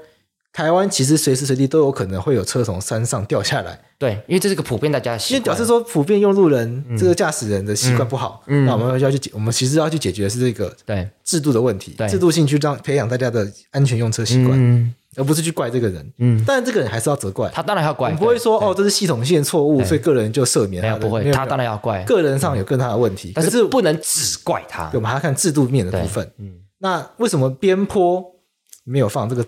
S1: 台湾其实随时随地都有可能会有车从山上掉下来，
S2: 对，因为这是个普遍大家的习
S1: 因为
S2: 惯。
S1: 表示说普遍用路人、这个驾驶人的习惯不好，
S2: 嗯嗯嗯
S1: 那我们要去解，我们其实要去解决的是这个
S2: 对，
S1: 制度的问题
S2: 对，
S1: 制度性去让培养大家的安全用车习惯，
S2: 嗯
S1: 而不是去怪这个人。
S2: 嗯，
S1: 但这个人还是要责怪，
S2: 他当然要
S1: 我
S2: 怪，
S1: 们不会
S2: 对
S1: 说哦，这是系统性的错误，所以个人就赦免
S2: 没
S1: 他
S2: 有
S1: 的。
S2: 不会，他当然要怪，
S1: 个人上有更大的问题，
S2: 但
S1: 可
S2: 是不能只怪他
S1: 对。我们还要看制度面的
S2: 对
S1: 部分。
S2: 嗯
S1: 那为什么边坡没有放这个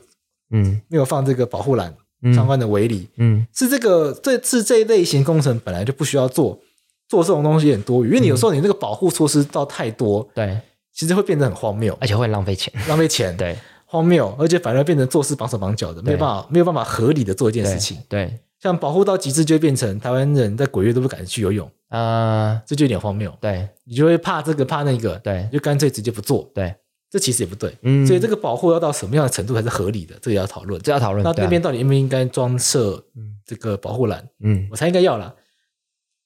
S2: 嗯
S1: 没有放这个保护栏
S2: 嗯
S1: 相关的围篱？
S2: 嗯，
S1: 是这个这是这一类型工程本来就不需要做，做这种东西很多余，因为你
S2: 嗯
S1: 有时候你那个保护措施到太多，
S2: 对，
S1: 其实会变得很荒谬，
S2: 而且会浪费钱。
S1: 浪费钱，
S2: 哎 对
S1: 荒谬，而且反而变成做事绑手绑脚的，没有办法没有办法合理的做一件
S2: 对
S1: 事情。
S2: 对，
S1: 像保护到极致，就会变成台湾人在鬼月都不敢去游泳，
S2: 呃，
S1: 这就有点荒谬。
S2: 对
S1: 你就会怕这个怕那个，
S2: 对
S1: 你就干脆直接不做，
S2: 对，
S1: 这其实也不对。
S2: 嗯
S1: 所以这个保护要到什么样的程度才是合理的，这个也要讨论。
S2: 这要讨论。
S1: 那
S2: 对
S1: 那
S2: 啊
S1: 边到底应不应该装设这个保护栏？
S2: 嗯
S1: 我猜应该要啦。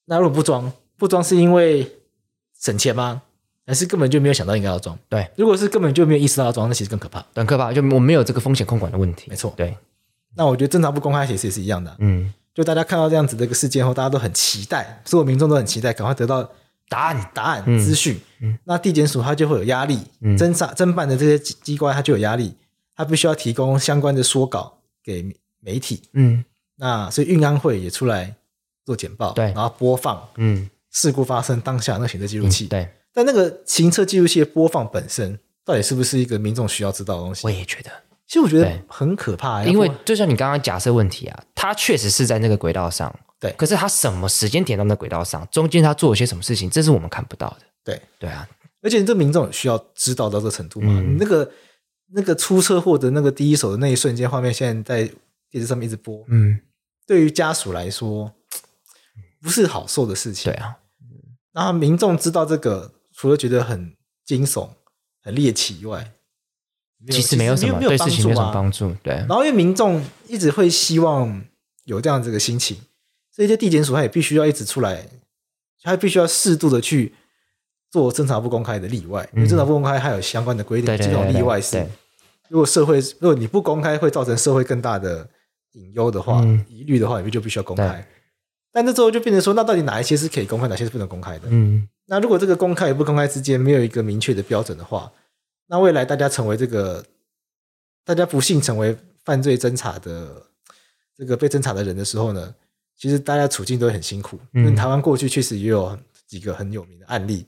S1: 那如果不装，不装是因为省钱吗？还是根本就没有想到应该要装？
S2: 对，
S1: 如果是根本就没有意识到要装，那其实更可怕。
S2: 很可怕，就我们没有这个风险控管的问题。
S1: 没错
S2: 对，
S1: 那我觉得侦查不公开其实也是一样的啊，
S2: 嗯，
S1: 就大家看到这样子的一个事件后，大家都很期待，所有民众都很期待，赶快得到
S2: 答案
S1: 答案、资讯。
S2: 嗯
S1: 那地检署它就会有压力，侦查侦办的这些机机关它就有压力，它必须要提供相关的说稿给媒体。
S2: 嗯
S1: 那所以运安会也出来做简报，
S2: 对
S1: 然后播放
S2: 嗯，
S1: 事故发生当下那个行车记录器。
S2: 对
S1: 但那个行车记录器的播放本身到底是不是一个民众需要知道的东西
S2: 我？也觉得，
S1: 其实我觉得
S2: 对
S1: 很可怕、啊
S2: 因为
S1: 要不
S2: 就像你刚刚假设问题啊，他确实是在那个轨道上，
S1: 对
S2: 可是他什么时间点到那轨道上，中间他做了些什么事情，这是我们看不到的。
S1: 对
S2: 对啊，
S1: 而且这民众需要知道到这个程度吗？
S2: 嗯
S1: 你那个那个出车祸的那个第一手的那一瞬间画面，现在在电视上面一直播，
S2: 嗯，
S1: 对于家属来说不是好受的事情。
S2: 对啊，
S1: 然后民众知道这个，除了觉得很惊悚、很猎奇以外，
S2: 其实没有什么
S1: 没有
S2: 对事情没有什么
S1: 帮助啊
S2: 帮助，对，
S1: 然后因为民众一直会希望有这样子的心情，所以这地检署他也必须要一直出来，他必须要适度的去做侦查不公开的例外，因为侦查不公开还有相关的规定，
S2: 嗯对对
S1: 这
S2: 对
S1: 种
S2: 对
S1: 例外
S2: 对
S1: 是如果社会如果你不公开会造成社会更大的隐忧的话
S2: 嗯、
S1: 疑虑的话，你就必须要公
S2: 对
S1: 开。但这之后就变成说，那到底哪一些是可以公开，哪些是不能公开的？
S2: 嗯，
S1: 那如果这个公开与不公开之间没有一个明确的标准的话，那未来大家成为这个，大家不幸成为犯罪侦查的这个被侦查的人的时候呢，其实大家处境都会很辛苦。
S2: 嗯
S1: 因为台湾过去确实也有几个很有名的案例，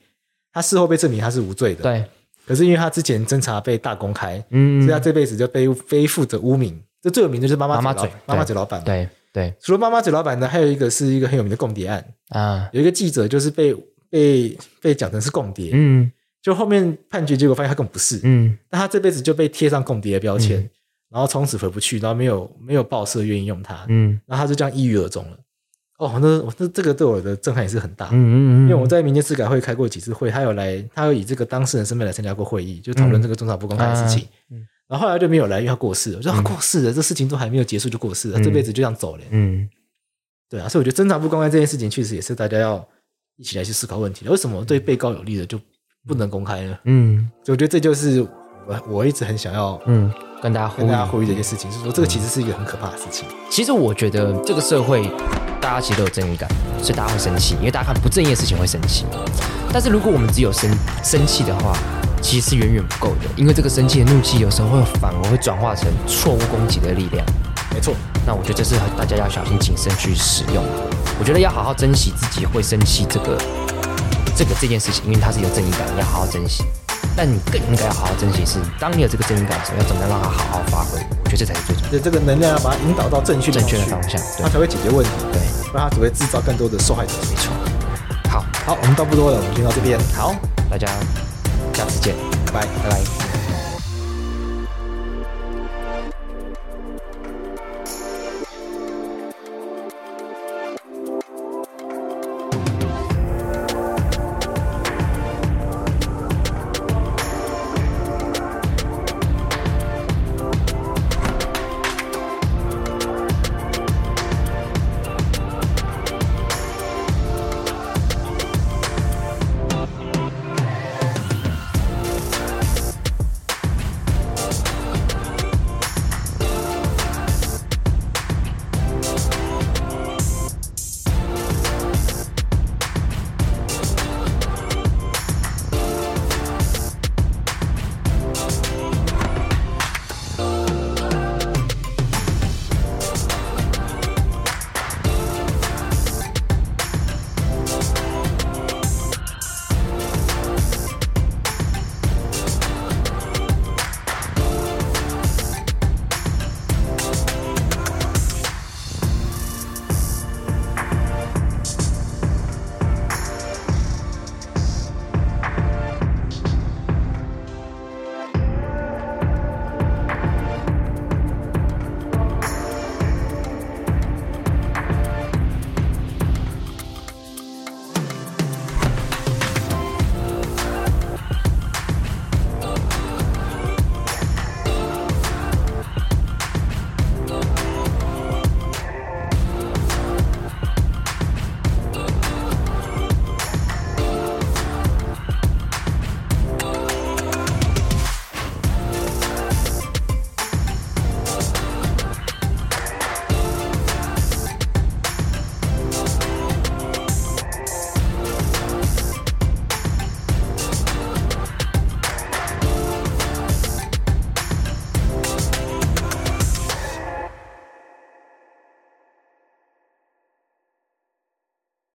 S1: 他事后被证明他是无罪的，
S2: 对，
S1: 可是因为他之前侦查被大公开，所以他
S2: 嗯，
S1: 这辈子就背背负着污名。这最有名的就是妈妈
S2: 妈
S1: 嘴
S2: 嘴
S1: 老妈妈嘴老板嘛。
S2: 对对
S1: 除了妈妈嘴老板呢，还有一个是一个很有名的共谍案，
S2: 啊，
S1: 有一个记者就是被被被讲成是共谍，
S2: 嗯
S1: 就后面判决结果发现他根本不是，
S2: 嗯
S1: 那他这辈子就被贴上共谍的标签，
S2: 嗯
S1: 然后从此回不去，然后没有没有报社愿意用他，
S2: 嗯
S1: 然后他就这样抑郁而终了。哦，那我那这个对我的震撼也是很大，
S2: 嗯嗯，
S1: 因为我在民间司改会开过几次会，他有来，他有以这个当事人身份来参加过会议，就讨
S2: 嗯
S1: 论这个中查不公开的
S2: 啊
S1: 事情。然后后来就没有来，因为他过世了。我就说、啊过世了，这事情都还没有结束就过世了，
S2: 嗯
S1: 这辈子就这样走了。
S2: 嗯
S1: 对啊，所以我觉得侦查不公开这件事情，确实也是大家要一起来去思考问题的。为什么对被告有利的就不能公开呢？
S2: 嗯
S1: 所以我觉得这就是我我一直很想要
S2: 嗯，跟大家呼
S1: 跟
S2: 吁
S1: 大家呼吁的一件事情，就是说这个其实是一个很可怕的事情。
S2: 其实我觉得这个社会，大家其实都有正义感，所以大家会生气，因为大家看不正义的事情会生气。但是如果我们只有生生气的话，其实是远远不够的，因为这个生气的怒气有时候会反而会转化成错误攻击的力量。
S1: 没错，
S2: 那我觉得这是大家要小心谨慎去使用的。我觉得要好好珍惜自己会生气这个这个这件事情，因为它是有正义感，要好好珍惜。但你更应该要好好珍惜是，当你有这个正义感的时候，要怎么样让它好好发挥？我觉得这才是最重要
S1: 所以这个能量要把它引导到正确的
S2: 正确的
S1: 去
S2: 方向对
S1: 它才会解决问题，
S2: 的。对，
S1: 不然它只会制造更多的受害者。
S2: 没错。好，
S1: 好，我们差不多了，我们先到这边，
S2: 好，大家下次见，
S1: 拜拜。
S2: 拜拜。